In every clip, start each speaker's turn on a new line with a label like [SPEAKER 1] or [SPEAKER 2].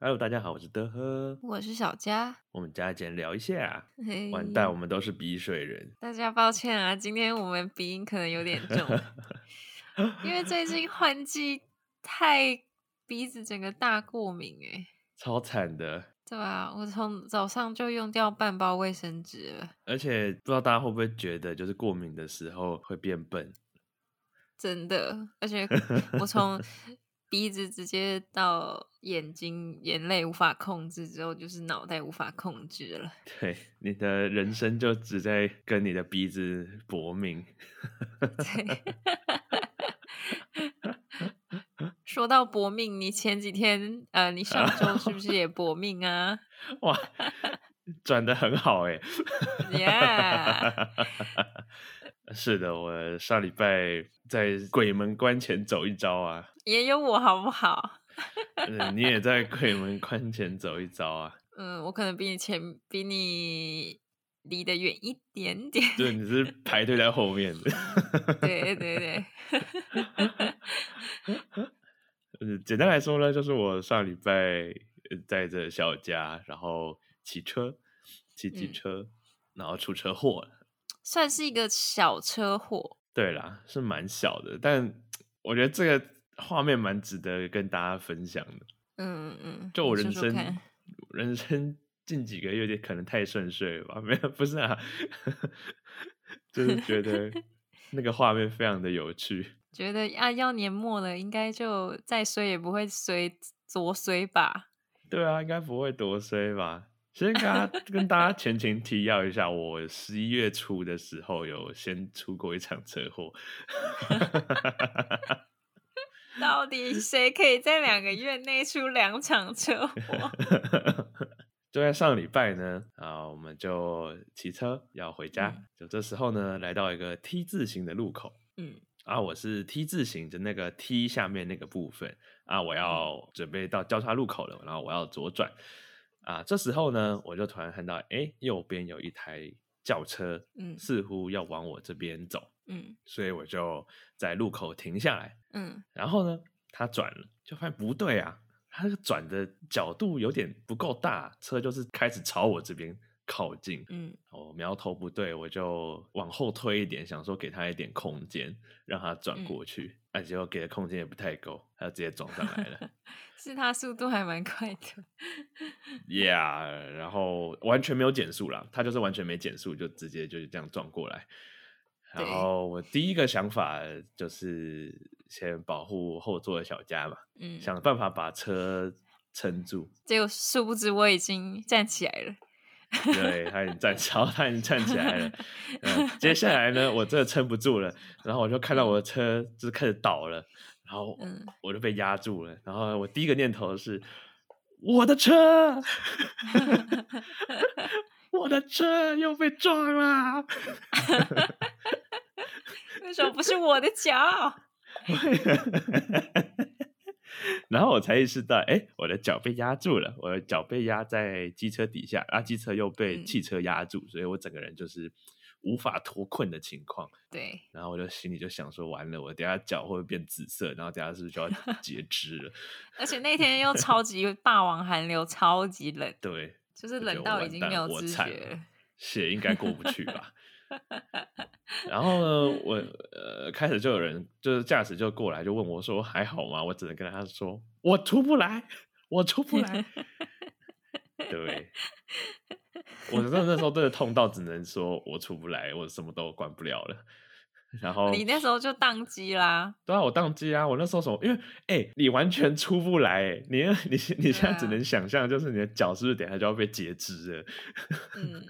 [SPEAKER 1] Hello，大家好，我是德呵，
[SPEAKER 2] 我是小佳。
[SPEAKER 1] 我们加减聊一下。
[SPEAKER 2] 嘿
[SPEAKER 1] 完蛋，我们都是鼻水人。
[SPEAKER 2] 大家抱歉啊，今天我们鼻音可能有点 重，因为最近换季太鼻子整个大过敏哎、
[SPEAKER 1] 超惨的。
[SPEAKER 2] 对啊，我从早上就用掉半包卫生纸了，
[SPEAKER 1] 而且不知道大家会不会觉得，就是过敏的时候会变笨。
[SPEAKER 2] 真的。而且 我从鼻子直接到眼睛，眼泪无法控制之后，就是脑袋无法控制了。
[SPEAKER 1] 对，你的人生就只在跟你的鼻子搏命。
[SPEAKER 2] 对， 说到搏命，你前几天呃，你上
[SPEAKER 1] 啊
[SPEAKER 2] 周是不是也搏命啊
[SPEAKER 1] 哇， 转的很好哎、
[SPEAKER 2] ？Yeah，
[SPEAKER 1] 是的，我上礼拜在鬼门关前走一遭啊，
[SPEAKER 2] 也有我好不好？
[SPEAKER 1] 嗯，你也在鬼门关前走一遭啊。
[SPEAKER 2] 嗯，我可能比你前比你离得远一点点。
[SPEAKER 1] 对，你是排队在后面的。
[SPEAKER 2] 对对对，
[SPEAKER 1] 呃，简单来说呢，就是我上礼拜呃带着小佳，然后骑车，骑机
[SPEAKER 2] 嗯
[SPEAKER 1] 车，然后出车祸了。
[SPEAKER 2] 算是一个小车祸。
[SPEAKER 1] 对啦，是蛮小的，但我觉得这个画面蛮值得跟大家分享的。
[SPEAKER 2] 嗯嗯，
[SPEAKER 1] 就我
[SPEAKER 2] 你
[SPEAKER 1] 人
[SPEAKER 2] 说说
[SPEAKER 1] 生
[SPEAKER 2] 看，
[SPEAKER 1] 人生近几个月就可能太顺遂了吧？没有，不是啊， 就是觉 得那个画面非常的有趣。
[SPEAKER 2] 觉得啊，要年末了，应该就再衰也不会衰左衰吧？
[SPEAKER 1] 对啊，应该不会多衰吧？先跟大家跟大家前情提要一下，我十一月初的时候有先出过一场车祸，
[SPEAKER 2] 到底谁可以在两个月内出两场车祸？
[SPEAKER 1] 就在上礼拜呢，啊，我们就骑车要回家，
[SPEAKER 2] 嗯
[SPEAKER 1] 就这时候呢，来到一个 T 字形的路口。
[SPEAKER 2] 嗯
[SPEAKER 1] 啊，我是 T 字形的那个 T 下面那个部分啊，我要准备到交叉路口了，然后我要左转啊。这时候呢，我就突然看到，哎，右边有一台轿车，
[SPEAKER 2] 嗯
[SPEAKER 1] 似乎要往我这边走，
[SPEAKER 2] 嗯
[SPEAKER 1] 所以我就在路口停下来。
[SPEAKER 2] 嗯，
[SPEAKER 1] 然后呢，他转了，就发现不对啊，他转的角度有点不够大，车就是开始朝我这边靠近。
[SPEAKER 2] 嗯
[SPEAKER 1] 我哦苗头不对，我就往后推一点，想说给他一点空间，让他转
[SPEAKER 2] 嗯
[SPEAKER 1] 过去。那、结果给的空间也不太够，他就直接撞上来 了
[SPEAKER 2] 是他速度还蛮快的。
[SPEAKER 1] ，Yeah！然后完全没有减速啦，他就是完全没减速，就直接就是这样撞过来。然
[SPEAKER 2] 对
[SPEAKER 1] 后我第一个想法就是先保护后座的小家嘛，
[SPEAKER 2] 嗯，
[SPEAKER 1] 想办法把车撑住。
[SPEAKER 2] 结果殊不知我已经站起来了。
[SPEAKER 1] 对，他已经站起来， 他已经站起来了。嗯，接下来呢，我真的撑不住了，然后我就看到我的车就是开始倒了，然后
[SPEAKER 2] 嗯，
[SPEAKER 1] 我就被压住了。然后我第一个念头是，我的 车，我的车又被撞了。
[SPEAKER 2] 为什么不是我 的脚？
[SPEAKER 1] 然后我才意识到，哎，我的脚被压住了，我的脚被压在机车底下，啊，机车又被
[SPEAKER 2] 嗯
[SPEAKER 1] 汽车压住，所以我整个人就是无法脱困的情况。
[SPEAKER 2] 对，
[SPEAKER 1] 然后我就心里就想说，完了，我等下脚会不会变紫色？然后等下是不是就要截肢了？
[SPEAKER 2] 而且那天又超级霸王寒流，超级冷，
[SPEAKER 1] 对，
[SPEAKER 2] 就
[SPEAKER 1] 就觉
[SPEAKER 2] 是
[SPEAKER 1] 得
[SPEAKER 2] 冷
[SPEAKER 1] 我
[SPEAKER 2] 到
[SPEAKER 1] 完
[SPEAKER 2] 已经
[SPEAKER 1] 蛋
[SPEAKER 2] 没有
[SPEAKER 1] 我
[SPEAKER 2] 知
[SPEAKER 1] 惨
[SPEAKER 2] 觉
[SPEAKER 1] 了
[SPEAKER 2] 了。
[SPEAKER 1] 血应该过不去吧？ 然后呢，我呃开始就有人就是驾驶就过来就问我说还好吗？我只能跟他说我出不来，我出不来。对，我真的那时候真的痛到只能说我出不来，我什么都管不了了。 然后
[SPEAKER 2] 你那时候就宕机 啦，
[SPEAKER 1] 对啊，我宕机啊！我那时候什么？因为哎、你完全出不来、欸，你 你你现在只
[SPEAKER 2] 啊
[SPEAKER 1] 能想象，就是你的脚是不是等一下就要被截肢了？
[SPEAKER 2] 嗯，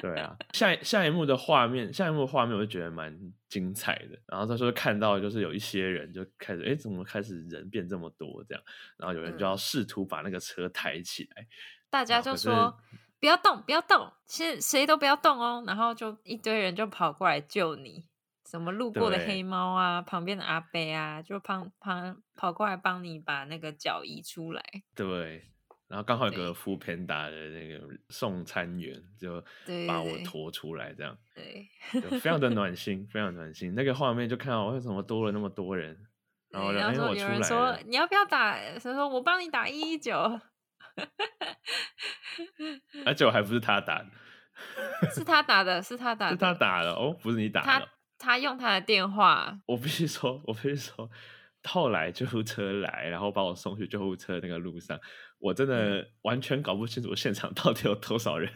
[SPEAKER 1] 对啊，下一下一幕的画面，下一幕的画面我就觉得蛮精彩的。然后他说看到就是有一些人就开始，哎、怎么开始人变这么多这样？然后有人就
[SPEAKER 2] 嗯
[SPEAKER 1] 要试图把那个车抬起来，
[SPEAKER 2] 大家
[SPEAKER 1] 啊可
[SPEAKER 2] 就是说不要动，不要动，先谁都不要动哦。然后就一堆人就跑过来救你，什么路过的
[SPEAKER 1] 对
[SPEAKER 2] 黑猫啊，旁边的阿伯啊，就帮帮跑过来帮你把那个脚移出来。
[SPEAKER 1] 对。然后刚好有个
[SPEAKER 2] 对
[SPEAKER 1] f o o Panda 的那个送餐员就
[SPEAKER 2] 对
[SPEAKER 1] 把
[SPEAKER 2] 对
[SPEAKER 1] 我
[SPEAKER 2] 对
[SPEAKER 1] 拖出来这样。
[SPEAKER 2] 对，
[SPEAKER 1] 就非常的暖心，非常暖心。那个画面就看到为什么多了那么多人，然后就
[SPEAKER 2] 对然
[SPEAKER 1] 哎
[SPEAKER 2] 后说
[SPEAKER 1] 我
[SPEAKER 2] 有
[SPEAKER 1] 出
[SPEAKER 2] 人
[SPEAKER 1] 来
[SPEAKER 2] 说
[SPEAKER 1] 了
[SPEAKER 2] 你要不要打，他说我帮你打一一九，
[SPEAKER 1] 而且我还不是他打的，
[SPEAKER 2] 是他打的，是他打
[SPEAKER 1] 是
[SPEAKER 2] 的，
[SPEAKER 1] 他打的哦，不是你打
[SPEAKER 2] 他
[SPEAKER 1] 的哦。
[SPEAKER 2] 他用他的电话，
[SPEAKER 1] 我必须说，我必须说，后来救护车来，然后把我送去救护车那个路上，我
[SPEAKER 2] 嗯
[SPEAKER 1] 真的完全搞不清楚现场 到底有多少人。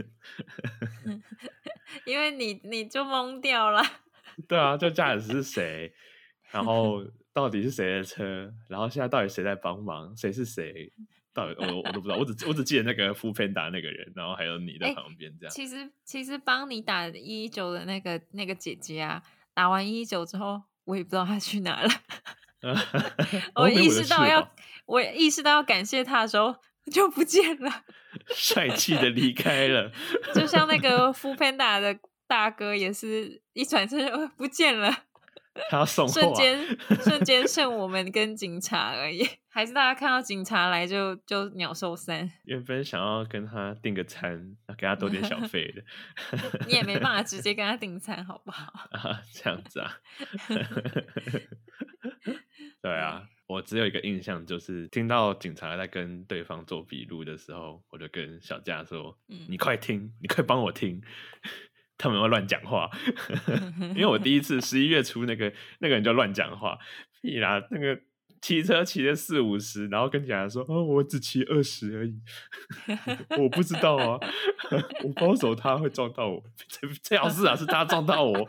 [SPEAKER 2] 因为你你就懵掉了，
[SPEAKER 1] 对啊，就驾驶是谁，然后到底是谁的车，然后现在到底谁在帮忙，谁是谁，到底我我都不知道，我只我只记得那个副片打那个人，然后还有你在
[SPEAKER 2] 哎
[SPEAKER 1] 旁边这样。
[SPEAKER 2] 其实其实帮你打一一九的那个那个姐姐啊，打完一一九之后，我也不知道她去哪了。
[SPEAKER 1] 我
[SPEAKER 2] 我
[SPEAKER 1] 以为
[SPEAKER 2] 意
[SPEAKER 1] 的
[SPEAKER 2] 识
[SPEAKER 1] 是
[SPEAKER 2] 到要
[SPEAKER 1] 吧
[SPEAKER 2] 我意识到要感谢她的时候就不见了，
[SPEAKER 1] 帅气的离开了，
[SPEAKER 2] 就像那个 f o o Panda 的大哥也是一转身就呃不见了，
[SPEAKER 1] 他要送货、啊，
[SPEAKER 2] 瞬间瞬间剩我们跟警察而已， 还是大家看到警察来就就鸟兽散，
[SPEAKER 1] 原本想要跟他订个餐，给他多点 小费的
[SPEAKER 2] 你也没办法直接跟他订餐，好不好？
[SPEAKER 1] 啊，这样子啊， 对 啊，我只有一个印象，就是听到警察在跟对方做笔录的时候，我就跟小佳说：“
[SPEAKER 2] 嗯
[SPEAKER 1] 你快听， 你快帮我听，他们要乱讲话。” 因为我第一次十一月初那个那个人就乱讲话，屁啦，那个骑车骑了四五十，然后跟警察说：“哦，我只骑二十而已。” 我不知道啊， 我保守他会撞到我， 这最好是啊，是他撞到我。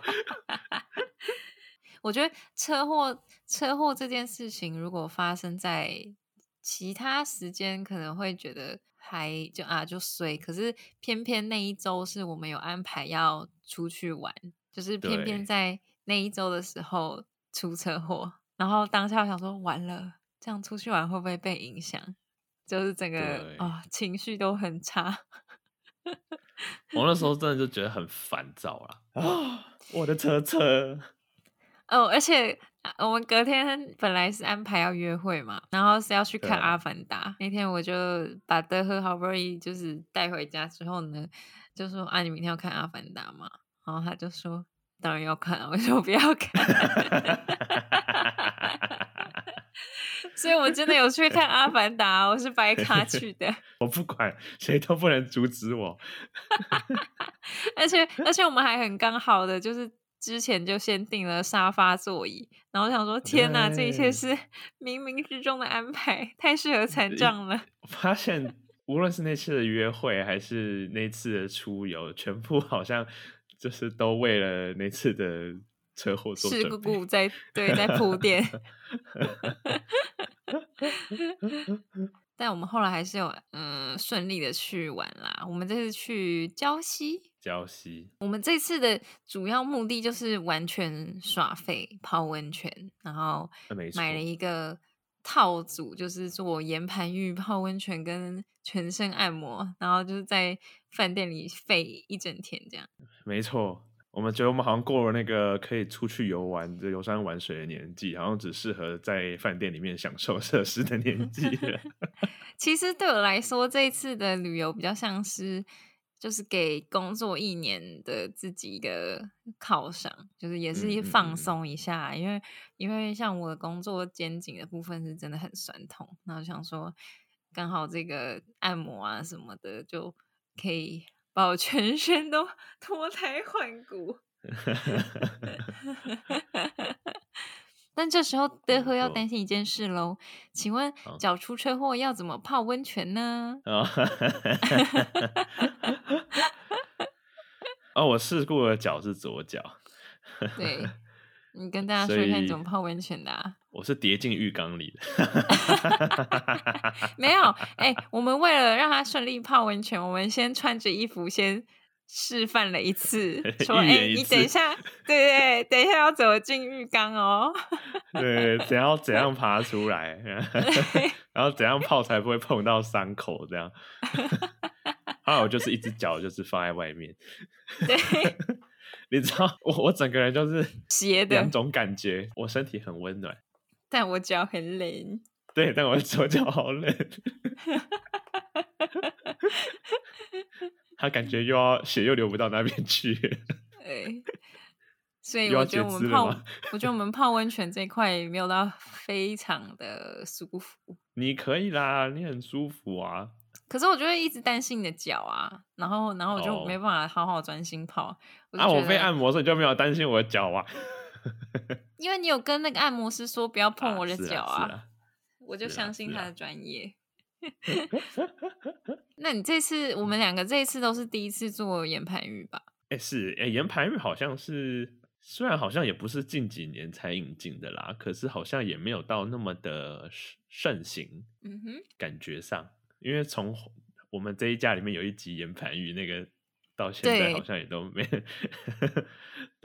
[SPEAKER 2] 我觉得车祸车祸这件事情，如果发生在其他时间，可能会觉得还就啊就衰。可是偏偏那一周是我们有安排要出去玩，就是偏
[SPEAKER 1] 对
[SPEAKER 2] 偏在那一周的时候出车祸，然后当下我想说完了，这样出去玩会不会被影响？就是整个
[SPEAKER 1] 对
[SPEAKER 2] 啊、情绪都很差。
[SPEAKER 1] 我那时候真的就觉得很烦躁啦。啊，我的车车，
[SPEAKER 2] 哦，而且啊我们隔天本来是安排要约会嘛，然后是要去
[SPEAKER 1] 对
[SPEAKER 2] 看《
[SPEAKER 1] 啊
[SPEAKER 2] 阿凡达》。那天我就把德和好不容易就是带回家之后呢，就说啊，你明天要看《阿凡达》吗？然后他就说当然要看 啊，我说不要看。所以我真的有去看《阿凡达》，我是白卡去的。
[SPEAKER 1] 我不管，谁都不能阻止我。
[SPEAKER 2] 而且而且我们还很刚好的，就是之前就先订了沙发座椅，然后想说天哪，这一切
[SPEAKER 1] 对
[SPEAKER 2] 是冥冥之中的安排，太适合残
[SPEAKER 1] 一
[SPEAKER 2] 障了。
[SPEAKER 1] 我发现，无论是那次的约会，还是那次的出游，全部好像就是都为了那次的车祸做
[SPEAKER 2] 事
[SPEAKER 1] 准备
[SPEAKER 2] 故。在对在 铺垫，但我们后来还是有嗯顺利的去玩啦。我们这次去礁溪，
[SPEAKER 1] 礁溪，
[SPEAKER 2] 我们这次的主要目的就是完全耍废泡温泉，然后
[SPEAKER 1] 那呃没错
[SPEAKER 2] 买了一个套组，就是做岩盘浴、泡温泉跟全身按摩，然后就是在饭店里废一整天这样。
[SPEAKER 1] 没错。我们觉得我们好像过了那个可以出去游玩、就游山玩水的年纪，好像只适合在饭店里面享受设施的年纪了。
[SPEAKER 2] 其实对我来说，这一次的旅游比较像是，就是给工作一年的自己一个犒赏，就是也
[SPEAKER 1] 嗯
[SPEAKER 2] 是
[SPEAKER 1] 嗯
[SPEAKER 2] 放
[SPEAKER 1] 嗯
[SPEAKER 2] 松一下。因为因为像我的工作肩颈的部分是真的很酸痛，然后想说刚好这个按摩啊什么的就可以把我全身都 脱胎换骨。但这时候德
[SPEAKER 1] 嗯没
[SPEAKER 2] 和要
[SPEAKER 1] 错
[SPEAKER 2] 担心一件事喽，请问
[SPEAKER 1] 好
[SPEAKER 2] 脚出车祸要怎么泡温泉呢？
[SPEAKER 1] 啊、 哦，我事故的脚是左脚，
[SPEAKER 2] 对， 你跟大家
[SPEAKER 1] 所
[SPEAKER 2] 说一下你 怎么
[SPEAKER 1] 以
[SPEAKER 2] 泡温泉的、啊。
[SPEAKER 1] 我是跌进浴缸里的。，
[SPEAKER 2] 没有，哎、我们为了让他顺利泡温泉，我们先穿着衣服先示范了一次 说：“
[SPEAKER 1] 预
[SPEAKER 2] 哎、
[SPEAKER 1] 演一
[SPEAKER 2] 你等一
[SPEAKER 1] 次
[SPEAKER 2] 下，对对，等一下要怎么进浴缸哦。
[SPEAKER 1] 对，怎样怎样爬出来，然后怎样泡才不会碰到伤口，这样。 还有就是一只脚就是放在外面，”
[SPEAKER 2] 对，
[SPEAKER 1] 你知道我我整个人就是
[SPEAKER 2] 斜
[SPEAKER 1] 两
[SPEAKER 2] 的，
[SPEAKER 1] 种感觉，我身体很温暖，
[SPEAKER 2] 但我脚很冷。
[SPEAKER 1] 对，但我的左脚好 冷，他感觉又要血又流不到那边去。
[SPEAKER 2] 对，所以
[SPEAKER 1] 又要
[SPEAKER 2] 我觉得
[SPEAKER 1] 截
[SPEAKER 2] 我
[SPEAKER 1] 肢
[SPEAKER 2] 们
[SPEAKER 1] 了
[SPEAKER 2] 泡
[SPEAKER 1] 吗，
[SPEAKER 2] 我觉得我们泡温泉这一块没有到非常的舒服。
[SPEAKER 1] 你可以啦，你很舒服啊。
[SPEAKER 2] 可是我就会一直担心你的脚啊，然后然后我就
[SPEAKER 1] 哦
[SPEAKER 2] 没办法好好专心泡。我就
[SPEAKER 1] 啊，
[SPEAKER 2] 觉
[SPEAKER 1] 我
[SPEAKER 2] 得
[SPEAKER 1] 被按摩，所以就没有担心我的脚啊。
[SPEAKER 2] 因为你有跟那个按摩师说不要碰我的
[SPEAKER 1] 是
[SPEAKER 2] 脚
[SPEAKER 1] 啊，是
[SPEAKER 2] 我就是
[SPEAKER 1] 啊
[SPEAKER 2] 相信
[SPEAKER 1] 是
[SPEAKER 2] 他
[SPEAKER 1] 啊
[SPEAKER 2] 的专 业。那你这次我们两个这一次都是第一次做岩盘浴吧？
[SPEAKER 1] 哎、是哎、岩盘浴好像是，虽然好像也不是近几年才引进的啦，可是好像也没有到那么的盛行，
[SPEAKER 2] 嗯哼，
[SPEAKER 1] 感觉上，因为从我们这一家里面有一集岩盘浴那个。到现
[SPEAKER 2] 对
[SPEAKER 1] 在好像也都没， 对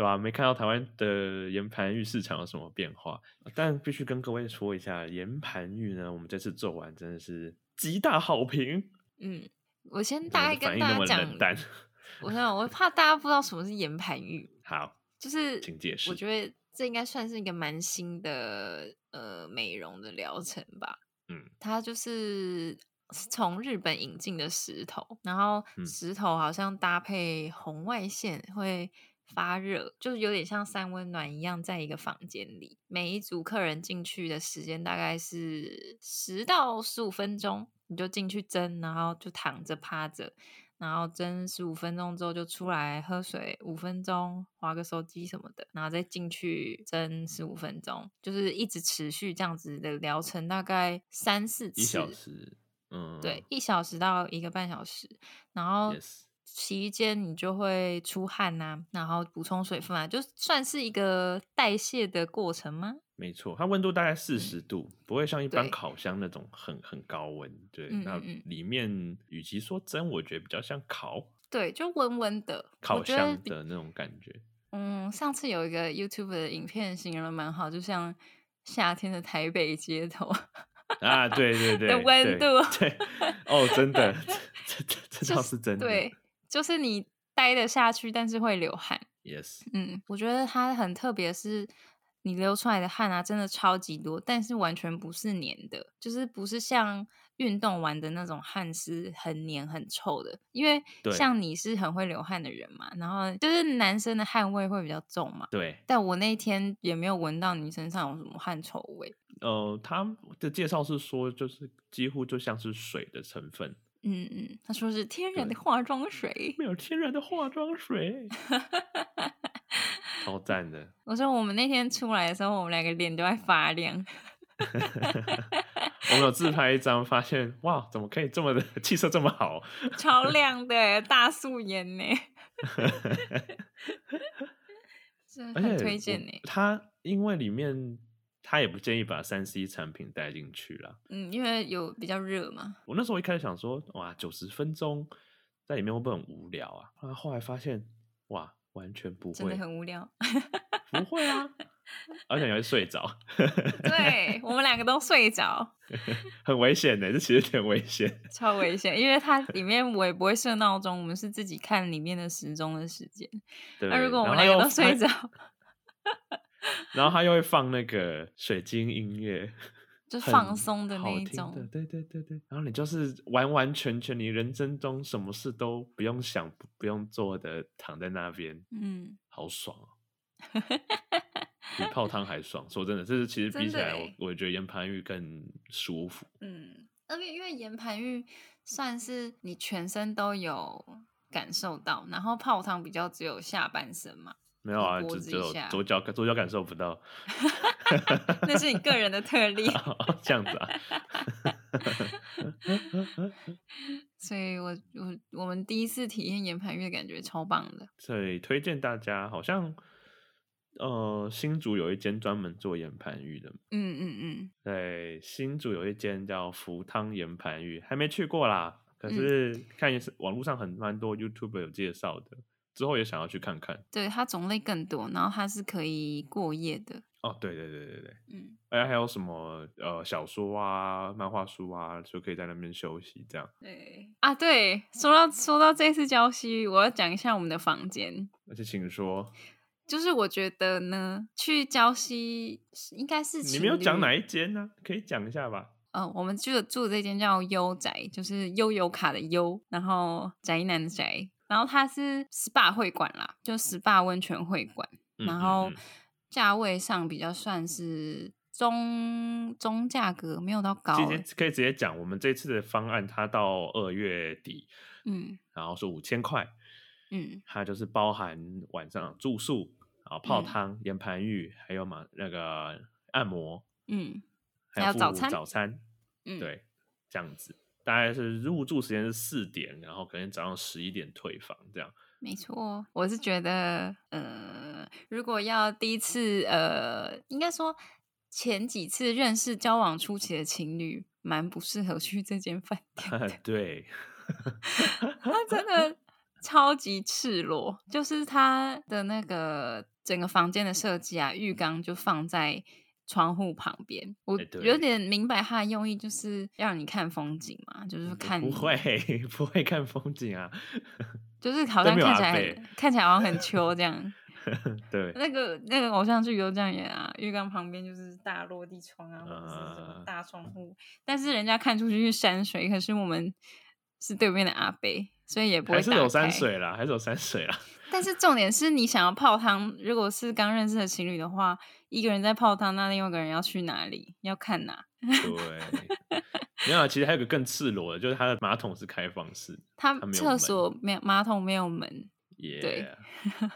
[SPEAKER 1] 吧、啊没看到台湾的岩盘浴市场有什么变化，但必须跟各位说一下，岩盘浴呢，我们这次做完真的是极大好评，
[SPEAKER 2] 嗯，我先
[SPEAKER 1] 怎
[SPEAKER 2] 大
[SPEAKER 1] 么
[SPEAKER 2] 概
[SPEAKER 1] 反
[SPEAKER 2] 跟
[SPEAKER 1] 应那
[SPEAKER 2] 大
[SPEAKER 1] 么
[SPEAKER 2] 家
[SPEAKER 1] 冷
[SPEAKER 2] 讲，
[SPEAKER 1] 淡。
[SPEAKER 2] 我想我怕大家不知道什么是岩盘浴，
[SPEAKER 1] 好，
[SPEAKER 2] 就是
[SPEAKER 1] 请解释
[SPEAKER 2] 我。觉得这应该算是一个蛮新的呃美容的疗程吧。
[SPEAKER 1] 嗯，
[SPEAKER 2] 它就是是从日本引进的石头，然后
[SPEAKER 1] 嗯
[SPEAKER 2] 石头好像搭配红外线会发热，就是有点像三温暖一样，在一个房间里，每一组客人进去的时间大概是十到十五分钟，你就进去蒸，然后就躺着趴着，然后蒸十五分钟之后就出来喝水五分钟，划个手机什么的，然后再进去蒸十五分钟，就是一直持续这样子的疗程，大概三四次，
[SPEAKER 1] 一小时，嗯，
[SPEAKER 2] 对，哦一小时到一个半小时，然后
[SPEAKER 1] Yes
[SPEAKER 2] 期间你就会出汗呐、然后补充水分啊，就算是一个代谢的过程吗？
[SPEAKER 1] 没错，它温度大概四十度，不会像一般
[SPEAKER 2] 嗯对
[SPEAKER 1] 烤箱那种很很高温。对，
[SPEAKER 2] 嗯
[SPEAKER 1] 那
[SPEAKER 2] 嗯嗯
[SPEAKER 1] 里面与其说蒸，我觉得比较像烤
[SPEAKER 2] 对，就温温的，我
[SPEAKER 1] 烤
[SPEAKER 2] 觉得
[SPEAKER 1] 箱
[SPEAKER 2] 比
[SPEAKER 1] 的那种感觉。
[SPEAKER 2] 嗯，上次有一个 YouTube 的影片形容的蛮好，就像夏天的台北街头，
[SPEAKER 1] 啊，对 对对，对
[SPEAKER 2] 温度
[SPEAKER 1] 对，哦，真的， 这这这
[SPEAKER 2] 就
[SPEAKER 1] 这倒是真的。
[SPEAKER 2] 对，就是你待得下去，但是会流汗。
[SPEAKER 1] ，yes，
[SPEAKER 2] 嗯，我觉得它很特别，是你流出来的汗啊，真的超级多，但是完全不是黏的，就是不是像运动完的那种汗是很黏很臭的。因为
[SPEAKER 1] 对
[SPEAKER 2] 像你是很会流汗的人嘛，然后就是男生的汗味会比较重嘛，
[SPEAKER 1] 对，
[SPEAKER 2] 但我那一天也没有闻到你身上有什么汗臭味。
[SPEAKER 1] 呃，他的介绍是说，就是几乎就像是水的成分，
[SPEAKER 2] 嗯嗯，他说是天然的
[SPEAKER 1] 对
[SPEAKER 2] 化妆水。
[SPEAKER 1] 没有天然的化妆水，超赞的。
[SPEAKER 2] 我说我们那天出来的时候，我们两个脸都在发亮。
[SPEAKER 1] 我们有自拍一张，发现哇，怎么可以这么的气色这么 好？
[SPEAKER 2] 超亮的欸大素颜 呢，真的
[SPEAKER 1] 而
[SPEAKER 2] 很
[SPEAKER 1] 且
[SPEAKER 2] 推
[SPEAKER 1] 我
[SPEAKER 2] 荐欸呢。
[SPEAKER 1] 他因为里面他也不建议把三 C 产品带进去啦。
[SPEAKER 2] 嗯，因为有比较热嘛，
[SPEAKER 1] 我那时候一开始想说，哇，九十分钟在里面会不会很无聊啊？啊，后来发现，哇，完全不
[SPEAKER 2] 真
[SPEAKER 1] 会
[SPEAKER 2] 的，很 无聊。
[SPEAKER 1] 不会 啊，而且你会睡着，
[SPEAKER 2] 对我们两个都睡着，
[SPEAKER 1] 很危险的，这其实有点危险。
[SPEAKER 2] 超危险，因为它里面我也不会设闹钟，我们是自己看里面的时钟的时间。
[SPEAKER 1] 对，
[SPEAKER 2] 那如果我们
[SPEAKER 1] 然后
[SPEAKER 2] 两
[SPEAKER 1] 又
[SPEAKER 2] 个都睡
[SPEAKER 1] 放
[SPEAKER 2] 着，
[SPEAKER 1] 然后他又会放那个水晶音乐，
[SPEAKER 2] 就
[SPEAKER 1] 很
[SPEAKER 2] 放松的那
[SPEAKER 1] 好
[SPEAKER 2] 一
[SPEAKER 1] 听的
[SPEAKER 2] 种，
[SPEAKER 1] 对对对对。然后你就是完完全全，你人生中什么事都不用想、不不用做的，躺在那边，
[SPEAKER 2] 嗯，
[SPEAKER 1] 好爽哦、比泡汤 还爽。说真的，这是其实比
[SPEAKER 2] 真
[SPEAKER 1] 起
[SPEAKER 2] 的
[SPEAKER 1] 来，
[SPEAKER 2] 欸
[SPEAKER 1] 我我觉得岩盘浴更舒服。
[SPEAKER 2] 嗯，而且因为岩盘浴算是你全身都有感受到，然后泡汤比较只有下半身嘛，
[SPEAKER 1] 没有啊，
[SPEAKER 2] 脖
[SPEAKER 1] 只
[SPEAKER 2] 子
[SPEAKER 1] 只
[SPEAKER 2] 一
[SPEAKER 1] 有
[SPEAKER 2] 下
[SPEAKER 1] 左脚左脚感受不到，
[SPEAKER 2] 那是你个人的特例。
[SPEAKER 1] 这样子啊。
[SPEAKER 2] 所以我我我们第一次体验岩盘浴，感觉超棒的。
[SPEAKER 1] 所以推荐大家，好像呃新竹有一间专门做岩盘浴的，
[SPEAKER 2] 嗯嗯嗯，
[SPEAKER 1] 对，新竹有一间叫福汤岩盘浴，还没去过啦，可
[SPEAKER 2] 嗯
[SPEAKER 1] 是看也是网络上很蛮多 YouTube 有介绍的，之后也想要去看看。
[SPEAKER 2] 对，它种类更多，然后它是可以过夜的。
[SPEAKER 1] 哦，对对对对对，
[SPEAKER 2] 嗯，
[SPEAKER 1] 哎，还有什么呃小说啊、漫画书啊，就可以在那边休息这样。
[SPEAKER 2] 对啊，对，说到说到这次礁溪，我要讲一下我们的房间。
[SPEAKER 1] 而且请说，
[SPEAKER 2] 就是我觉得呢，去礁溪应该是
[SPEAKER 1] 你没有讲
[SPEAKER 2] 情侣
[SPEAKER 1] 哪一间呢、可以讲一下吧？
[SPEAKER 2] 呃，我们住的住的这间叫悠宅，就是悠游卡的悠，然后宅男的宅，然后它是 SPA 会馆啦，就 SPA 温泉会馆。
[SPEAKER 1] 嗯
[SPEAKER 2] 然
[SPEAKER 1] 嗯
[SPEAKER 2] 后
[SPEAKER 1] 嗯
[SPEAKER 2] 价位上比较算是中中价格，没有到高
[SPEAKER 1] 其
[SPEAKER 2] 欸、
[SPEAKER 1] 实可以直接讲，我们这次的方案它到二月底，
[SPEAKER 2] 嗯
[SPEAKER 1] 然后是五千块，
[SPEAKER 2] 嗯
[SPEAKER 1] 它就是包含晚上住宿啊、泡
[SPEAKER 2] 嗯
[SPEAKER 1] 汤、岩盘浴，还有嘛那个按摩，
[SPEAKER 2] 嗯
[SPEAKER 1] 还
[SPEAKER 2] 还有
[SPEAKER 1] 附
[SPEAKER 2] 早餐
[SPEAKER 1] 早餐，
[SPEAKER 2] 嗯，，
[SPEAKER 1] 对，这样子。大概是入住时间是四点，然后可能早上十一点退房这样。
[SPEAKER 2] 没错。我是觉得，呃，如果要第一次，呃，应该说前几次认识交往初期的情侣，蛮不适合去这间饭店的。
[SPEAKER 1] 对，
[SPEAKER 2] 他真的超级赤裸，就是他的那个整个房间的设计啊，浴缸就放在窗户旁边。我
[SPEAKER 1] 哎对
[SPEAKER 2] 有点明白他的用意，就是让你看风景嘛， 就是看
[SPEAKER 1] 嗯不，会 不会看风景啊。
[SPEAKER 2] 就是好
[SPEAKER 1] 都
[SPEAKER 2] 像
[SPEAKER 1] 没有
[SPEAKER 2] 看起
[SPEAKER 1] 阿
[SPEAKER 2] 来
[SPEAKER 1] 贝
[SPEAKER 2] 很看起来好 像很秋这样。
[SPEAKER 1] 对，
[SPEAKER 2] 那个那个偶像剧有这样演啊，浴缸旁边就是大落地窗啊，或者是什么
[SPEAKER 1] 嗯
[SPEAKER 2] 大窗户，但是人家看出去是山水，可是我们是对面的阿北，所以也不会
[SPEAKER 1] 还是有
[SPEAKER 2] 打
[SPEAKER 1] 山
[SPEAKER 2] 开
[SPEAKER 1] 水啦，还是有山水 啦。
[SPEAKER 2] 但是重点是你想要泡汤，如果是刚认识的情侣的话，一个人在泡汤，那另外一个人要去哪里？要看哪？
[SPEAKER 1] 对，没有啊，其实还有个更赤裸的，就是它的马桶是开放式。
[SPEAKER 2] 他
[SPEAKER 1] 他没有
[SPEAKER 2] 厕
[SPEAKER 1] 门
[SPEAKER 2] 所没有马桶没有门，
[SPEAKER 1] 耶、
[SPEAKER 2] 对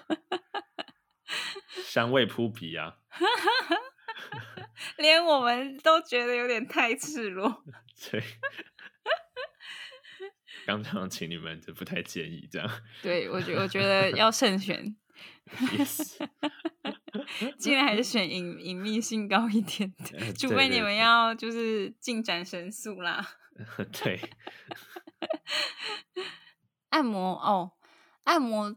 [SPEAKER 1] 香味扑鼻啊，
[SPEAKER 2] 连我们都觉得有点太赤裸。
[SPEAKER 1] 对。刚刚请你们就不太建议这样
[SPEAKER 2] 对我觉我觉得要慎选，
[SPEAKER 1] ，yes，
[SPEAKER 2] 尽量 还是选隐隐秘性高一点的，
[SPEAKER 1] 呃
[SPEAKER 2] 除
[SPEAKER 1] 对
[SPEAKER 2] 非你
[SPEAKER 1] 对
[SPEAKER 2] 们
[SPEAKER 1] 对
[SPEAKER 2] 要就是进展神速啦。
[SPEAKER 1] 对，
[SPEAKER 2] 按摩哦，按摩，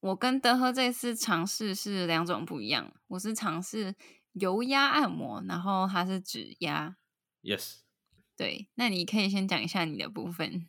[SPEAKER 2] 我跟德和这次尝试是两种不一样。我是尝试油压按摩，然后它是指压。
[SPEAKER 1] Yes，
[SPEAKER 2] 对，那你可以先讲一下你的部分。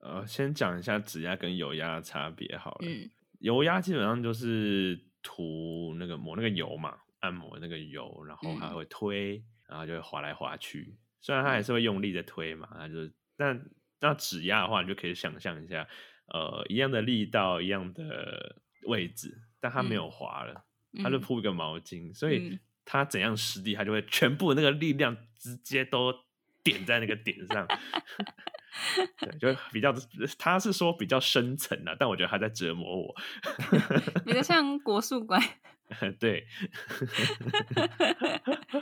[SPEAKER 1] 呃，先讲一下指压跟油压的差别好了。
[SPEAKER 2] 嗯
[SPEAKER 1] 油压基本上就是涂那个抹那个油嘛，按摩那个油，然后它
[SPEAKER 2] 嗯
[SPEAKER 1] 会推，然后就会滑来滑去。虽然它还是会用力的推嘛，它就是但那指压的话，你就可以想象一下，呃，一样的力道，一样的位置，但它没有滑了，它就
[SPEAKER 2] 嗯
[SPEAKER 1] 铺一个毛巾，所以
[SPEAKER 2] 嗯
[SPEAKER 1] 它怎样施力，它就会全部那个力量直接都点在那个点 上。对，就比较，他是说比较深层啊，但我觉得他在折磨我。
[SPEAKER 2] 比较像国术馆
[SPEAKER 1] 对，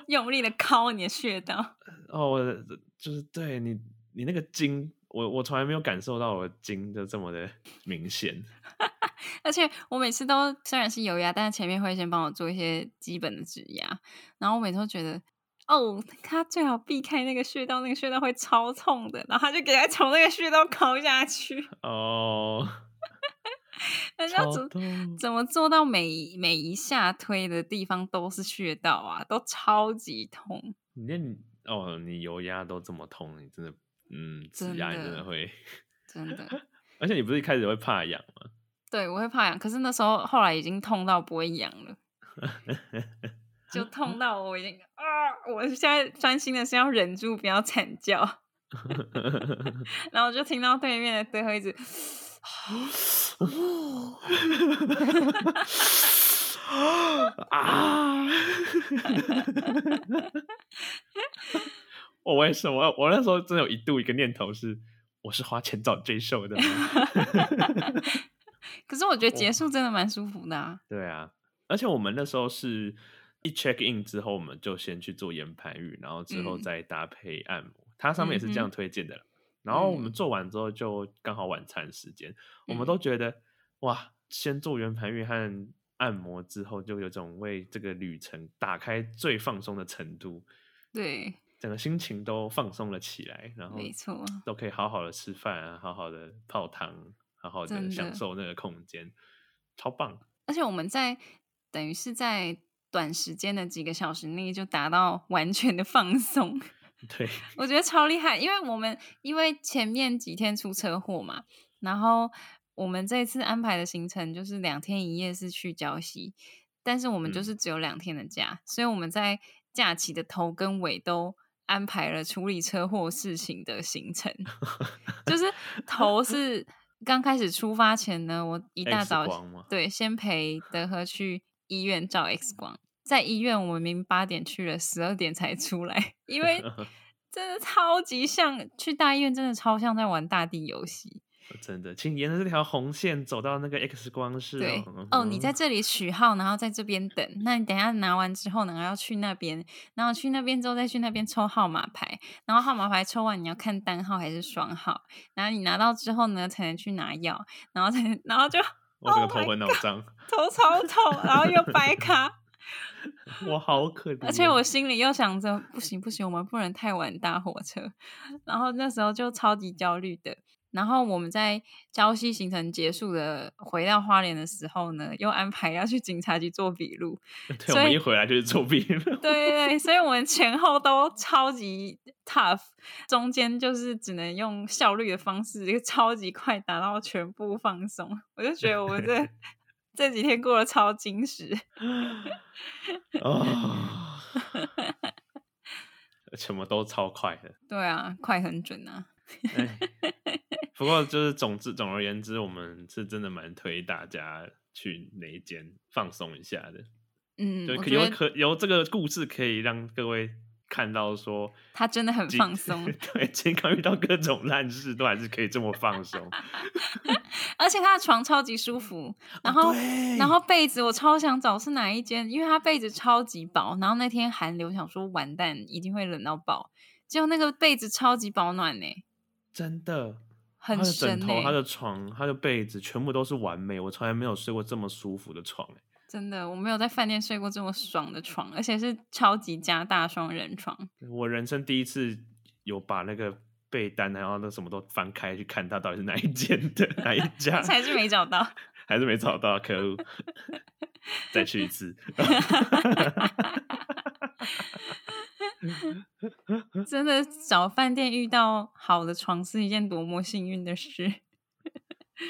[SPEAKER 2] 用力的敲你的穴道。
[SPEAKER 1] 哦，我的就是对你，你那个筋，我我从来没有感受到我的筋就这么的明显。
[SPEAKER 2] 而且我每次都虽然是油压，但是前面会先帮我做一些基本的指压，然后我每次都觉得。哦，他最好避开那个穴道，那个穴道会超痛的。然后他就给他从那个穴道敲下去，
[SPEAKER 1] 哦，
[SPEAKER 2] 人家
[SPEAKER 1] 超
[SPEAKER 2] 怎
[SPEAKER 1] 痛
[SPEAKER 2] 怎么做到每一每一下推的地方都是穴道啊，都超级痛，
[SPEAKER 1] 你连你哦，你油压都这么痛，你真的，嗯，指
[SPEAKER 2] 真
[SPEAKER 1] 压你真
[SPEAKER 2] 的
[SPEAKER 1] 的会，
[SPEAKER 2] 真的。
[SPEAKER 1] 而且你不是一开始会怕痒 吗？
[SPEAKER 2] 对，我会怕痒，可是那时候后来已经痛到不会痒了，就 痛到我已经啊！我现在专心的是要忍住不要惨叫，然后我就听到对面的对后一直
[SPEAKER 1] 啊！我为什么？我那时候真的有一度一个念头是，我是花钱找罪受的吗。
[SPEAKER 2] 可是我觉得
[SPEAKER 1] 哦
[SPEAKER 2] 结束真的蛮舒服的啊，
[SPEAKER 1] 对啊，而且我们那时候是一 check in 之后，我们就先去做岩盘浴，然后之后
[SPEAKER 2] 嗯
[SPEAKER 1] 再搭配按摩。它上面也是这
[SPEAKER 2] 嗯
[SPEAKER 1] 样
[SPEAKER 2] 哼
[SPEAKER 1] 推荐的啦。然后我们
[SPEAKER 2] 嗯
[SPEAKER 1] 做完之后，就刚好晚餐时间，我
[SPEAKER 2] 嗯
[SPEAKER 1] 们都觉得哇，先做圆盘浴和按摩之后，就有种为这个旅程打开最放松的程度，
[SPEAKER 2] 对，
[SPEAKER 1] 整个心情都放松了起来，然后
[SPEAKER 2] 没错，
[SPEAKER 1] 都可以好好的吃饭啊，好好的泡汤，好好
[SPEAKER 2] 真
[SPEAKER 1] 的
[SPEAKER 2] 的
[SPEAKER 1] 享受那个空间，超棒！
[SPEAKER 2] 而且我们在等于是在短时间的几个小时内就达到完全的放松。
[SPEAKER 1] 对，
[SPEAKER 2] 我觉得超厉害，因为我们因为前面几天出车祸嘛，然后我们这次安排的行程就是两天一夜是去礁溪，但是我们就
[SPEAKER 1] 嗯
[SPEAKER 2] 是只有两天的假，所以我们在假期的头跟尾都安排了处理车祸事情的行程， 就是头是刚开始出发前呢，我一大
[SPEAKER 1] X
[SPEAKER 2] 早
[SPEAKER 1] 光吗
[SPEAKER 2] 对先陪德和去医院照 X 光，在医院我们明明八点去了，十二点才出来， 因为真的超级像去大医院，真的超像在玩大地游戏。
[SPEAKER 1] 真的，请沿着这条红线走到那个 X 光室、
[SPEAKER 2] 对
[SPEAKER 1] 哦。
[SPEAKER 2] 哦，你在这里取号，然后在这边等。那你等一下拿完之后呢，然后要去那边，然后去那边之后再去那边抽号码牌，然后号码牌抽完你要看单号还是双号，然后你拿到之后呢，才能去拿药，然后才能然后就
[SPEAKER 1] 我这个
[SPEAKER 2] Oh
[SPEAKER 1] 头
[SPEAKER 2] my
[SPEAKER 1] 昏脑胀，
[SPEAKER 2] 头超痛，然后又白卡。
[SPEAKER 1] 我好可怜。
[SPEAKER 2] 而且我心里又想着，不行不行，我们不能太晚搭火车。然后那时候就超级焦虑的。然后我们在礁溪行程结束的回到花莲的时候呢，又安排要去警察局做笔录。
[SPEAKER 1] 对
[SPEAKER 2] 所
[SPEAKER 1] 我们
[SPEAKER 2] 以
[SPEAKER 1] 一回来就是作弊 了。
[SPEAKER 2] 对对对，所以我们前后都超级 tough，中间就是只能用效率的方式，就超级快达到全部放松。我就觉得我们这 这几天过得超精实。
[SPEAKER 1] 啊，什么都超快的。
[SPEAKER 2] 对啊，快很准啊。
[SPEAKER 1] 哎不过就是总之总而言之，我们是真的蛮推大家去那一间放松一下的，
[SPEAKER 2] 嗯，
[SPEAKER 1] 就
[SPEAKER 2] 我
[SPEAKER 1] 可
[SPEAKER 2] 觉
[SPEAKER 1] 有
[SPEAKER 2] 得
[SPEAKER 1] 可有这个故事可以让各位看到说，
[SPEAKER 2] 他真的很
[SPEAKER 1] 尽
[SPEAKER 2] 放松，
[SPEAKER 1] 对，健康遇到各种烂事都还是可以这么放松。
[SPEAKER 2] 而且他的床超级舒服，然后、
[SPEAKER 1] 哦对
[SPEAKER 2] 然后被子我超想找是哪一间，因为他被子超级薄，然后那天寒流想说完蛋一定会冷到爆，结果那个被子超级保暖呢、
[SPEAKER 1] 真的，他
[SPEAKER 2] 很欸
[SPEAKER 1] 的
[SPEAKER 2] 神
[SPEAKER 1] 枕
[SPEAKER 2] 呢、
[SPEAKER 1] 头、他的床、他的被子全部都是完美，我从来没有睡过这么舒服的床、哎
[SPEAKER 2] 真的我没有在饭店睡过这么爽的床，而且是超级加大双人床，
[SPEAKER 1] 我人生第一次有把那个被单，然后那什么都翻开去看它到底是哪一间的哪 一家，
[SPEAKER 2] 才是没 找到。
[SPEAKER 1] 还是没找到，可 恶！再去一次，
[SPEAKER 2] 真的找饭店遇到好的床是一件多么幸运的事。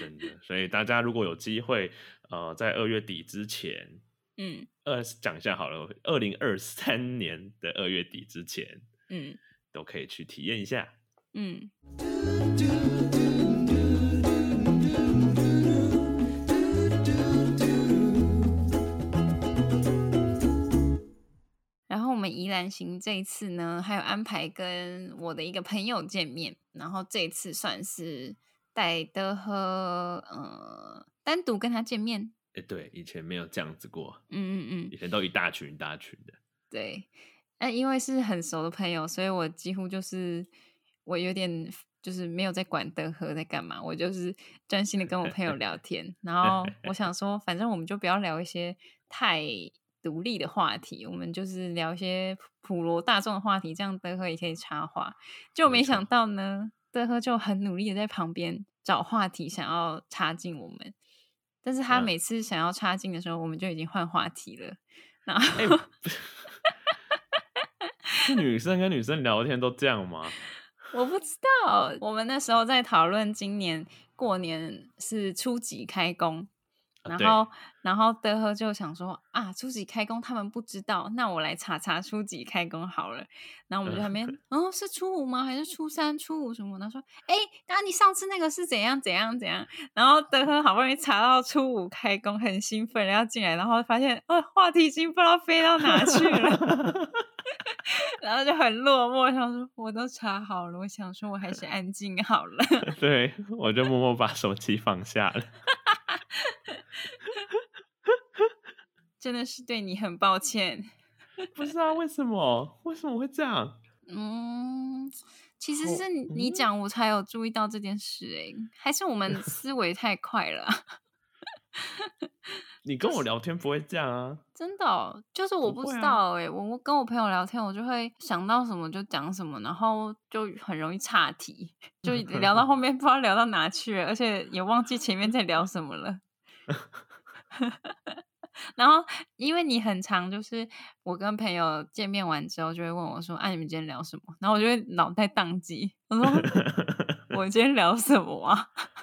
[SPEAKER 1] 真的。所以大家如果有机会，呃，在二月底之前，
[SPEAKER 2] 嗯
[SPEAKER 1] 二讲一下好了，二零二三年的二月底之前
[SPEAKER 2] 嗯
[SPEAKER 1] 都可以去体验一下。
[SPEAKER 2] 嗯，然后我们宜兰行这一次呢，还有安排跟我的一个朋友见面，然后这一次算是带的和呃单独跟他见面，
[SPEAKER 1] 哎，对，以前没有这样子过，
[SPEAKER 2] 嗯嗯嗯
[SPEAKER 1] 以，前都一大群一大群的。
[SPEAKER 2] 对，那因为是很熟的朋友，所以我几乎就是我有点就是没有在管德和在干嘛，我就是专心的跟我朋友聊天。然后我想说，反正我们就不要聊一些太独立的话题，我们就是聊一些普罗大众的话题，这样德和也可以插话。就
[SPEAKER 1] 没
[SPEAKER 2] 没想
[SPEAKER 1] 错
[SPEAKER 2] 到呢，德和就很努力的在旁边找话题，想要插进我们。但是他
[SPEAKER 1] 嗯
[SPEAKER 2] 每次想要插进的时候，我们就已经换话题了。然后，
[SPEAKER 1] 哎、不是是女生跟女生聊天都这样吗？
[SPEAKER 2] 我不知道，我们那时候在讨论今年过年是初几开工，
[SPEAKER 1] 啊
[SPEAKER 2] 然
[SPEAKER 1] 对
[SPEAKER 2] 后、然后德和就想说啊，初几开工他们不知道，那我来查查初几开工好了。然后我们
[SPEAKER 1] 嗯
[SPEAKER 2] 就还没，哦，是初五吗？还是初三、初五什么？他说，哎，那你上次那个是怎样怎样怎样？然后德和好不容易查到初五开工，很兴奋，然后进来，然后发现哦，话题已经不知道飞到哪去了。然后就很落寞，想说我都查好了，我想说我还是安静好了。
[SPEAKER 1] 对，我就默默把手机放下了。
[SPEAKER 2] 真的是对你很抱歉。
[SPEAKER 1] 不知道为什么，为什么会这样？
[SPEAKER 2] 嗯，其实
[SPEAKER 1] 好
[SPEAKER 2] 是你你
[SPEAKER 1] 嗯
[SPEAKER 2] 讲我才有注意到这件事、欸，还是我们思维太快了啊，
[SPEAKER 1] 你跟我聊天不会这样啊？
[SPEAKER 2] 真的哦、就是我
[SPEAKER 1] 不
[SPEAKER 2] 不
[SPEAKER 1] 会
[SPEAKER 2] 知
[SPEAKER 1] 啊
[SPEAKER 2] 道哎、我我跟我朋友聊天，我就会想到什么就讲什么，然后就很容易岔 题，就聊到后面 不知道聊到哪去了，而且也忘记前面在聊什么了。 然后，因为你很常就是我跟朋友见面完之后，就会问我说：“啊，你们今天聊什么？”然后我就会脑袋宕机，我说：“我今天聊什么啊？”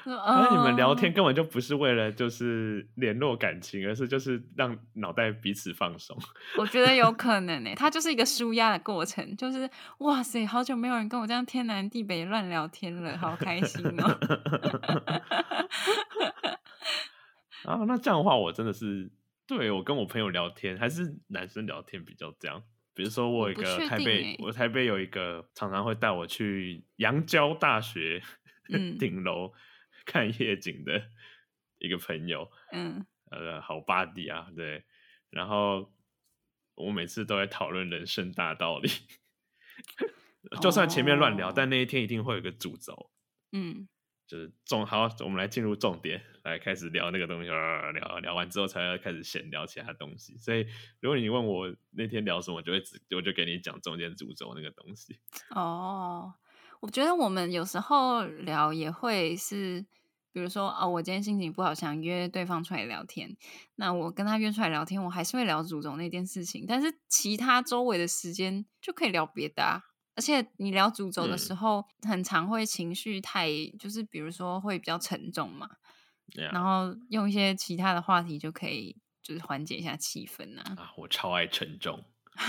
[SPEAKER 2] 说
[SPEAKER 1] 那哎你们聊
[SPEAKER 2] 哦
[SPEAKER 1] 天根本就不是为了就是联络感情，而是就是让脑袋彼此放松。
[SPEAKER 2] 我觉得有可能诶、它就是一个舒压的过程，就是哇塞，好久没有人跟我这样天南地北乱聊天了，好开心哦、
[SPEAKER 1] 啊，那这样的话，我真的是对我跟我朋友聊天，还是男生聊天比较这样。比如说，我有一
[SPEAKER 2] 我不
[SPEAKER 1] 个
[SPEAKER 2] 确
[SPEAKER 1] 台
[SPEAKER 2] 定
[SPEAKER 1] 北
[SPEAKER 2] 欸，
[SPEAKER 1] 我台北有一个常常会带我去阳交大学
[SPEAKER 2] 嗯
[SPEAKER 1] 顶楼看夜景的一个朋友，
[SPEAKER 2] 嗯，
[SPEAKER 1] 呃，好巴蒂啊，对。然后我每次都在讨论人生大道理， 就算前面乱聊，
[SPEAKER 2] 哦
[SPEAKER 1] 但那一天一定会有一个主轴。
[SPEAKER 2] 嗯，
[SPEAKER 1] 就是重好，我们来进入重点，来开始聊那个东西，呃聊聊完之后才要开始闲聊其他东西。所以如果你问我那天聊什么，我就会只我就给你讲中间主轴那个东西。
[SPEAKER 2] 哦，我觉得我们有时候聊也会是，比如说哦，我今天心情不好，想约对方出来聊天，那我跟他约出来聊天，我还是会聊祖宗那件事情，但是其他周围的时间就可以聊别的啊。而且你聊主轴的时候，很常会情绪太，就是比如说会比较沉重嘛，
[SPEAKER 1] 那样
[SPEAKER 2] 然后用一些其他的话题就可以，就是缓解一下气氛啊。
[SPEAKER 1] 啊，我超爱沉重。
[SPEAKER 2] 可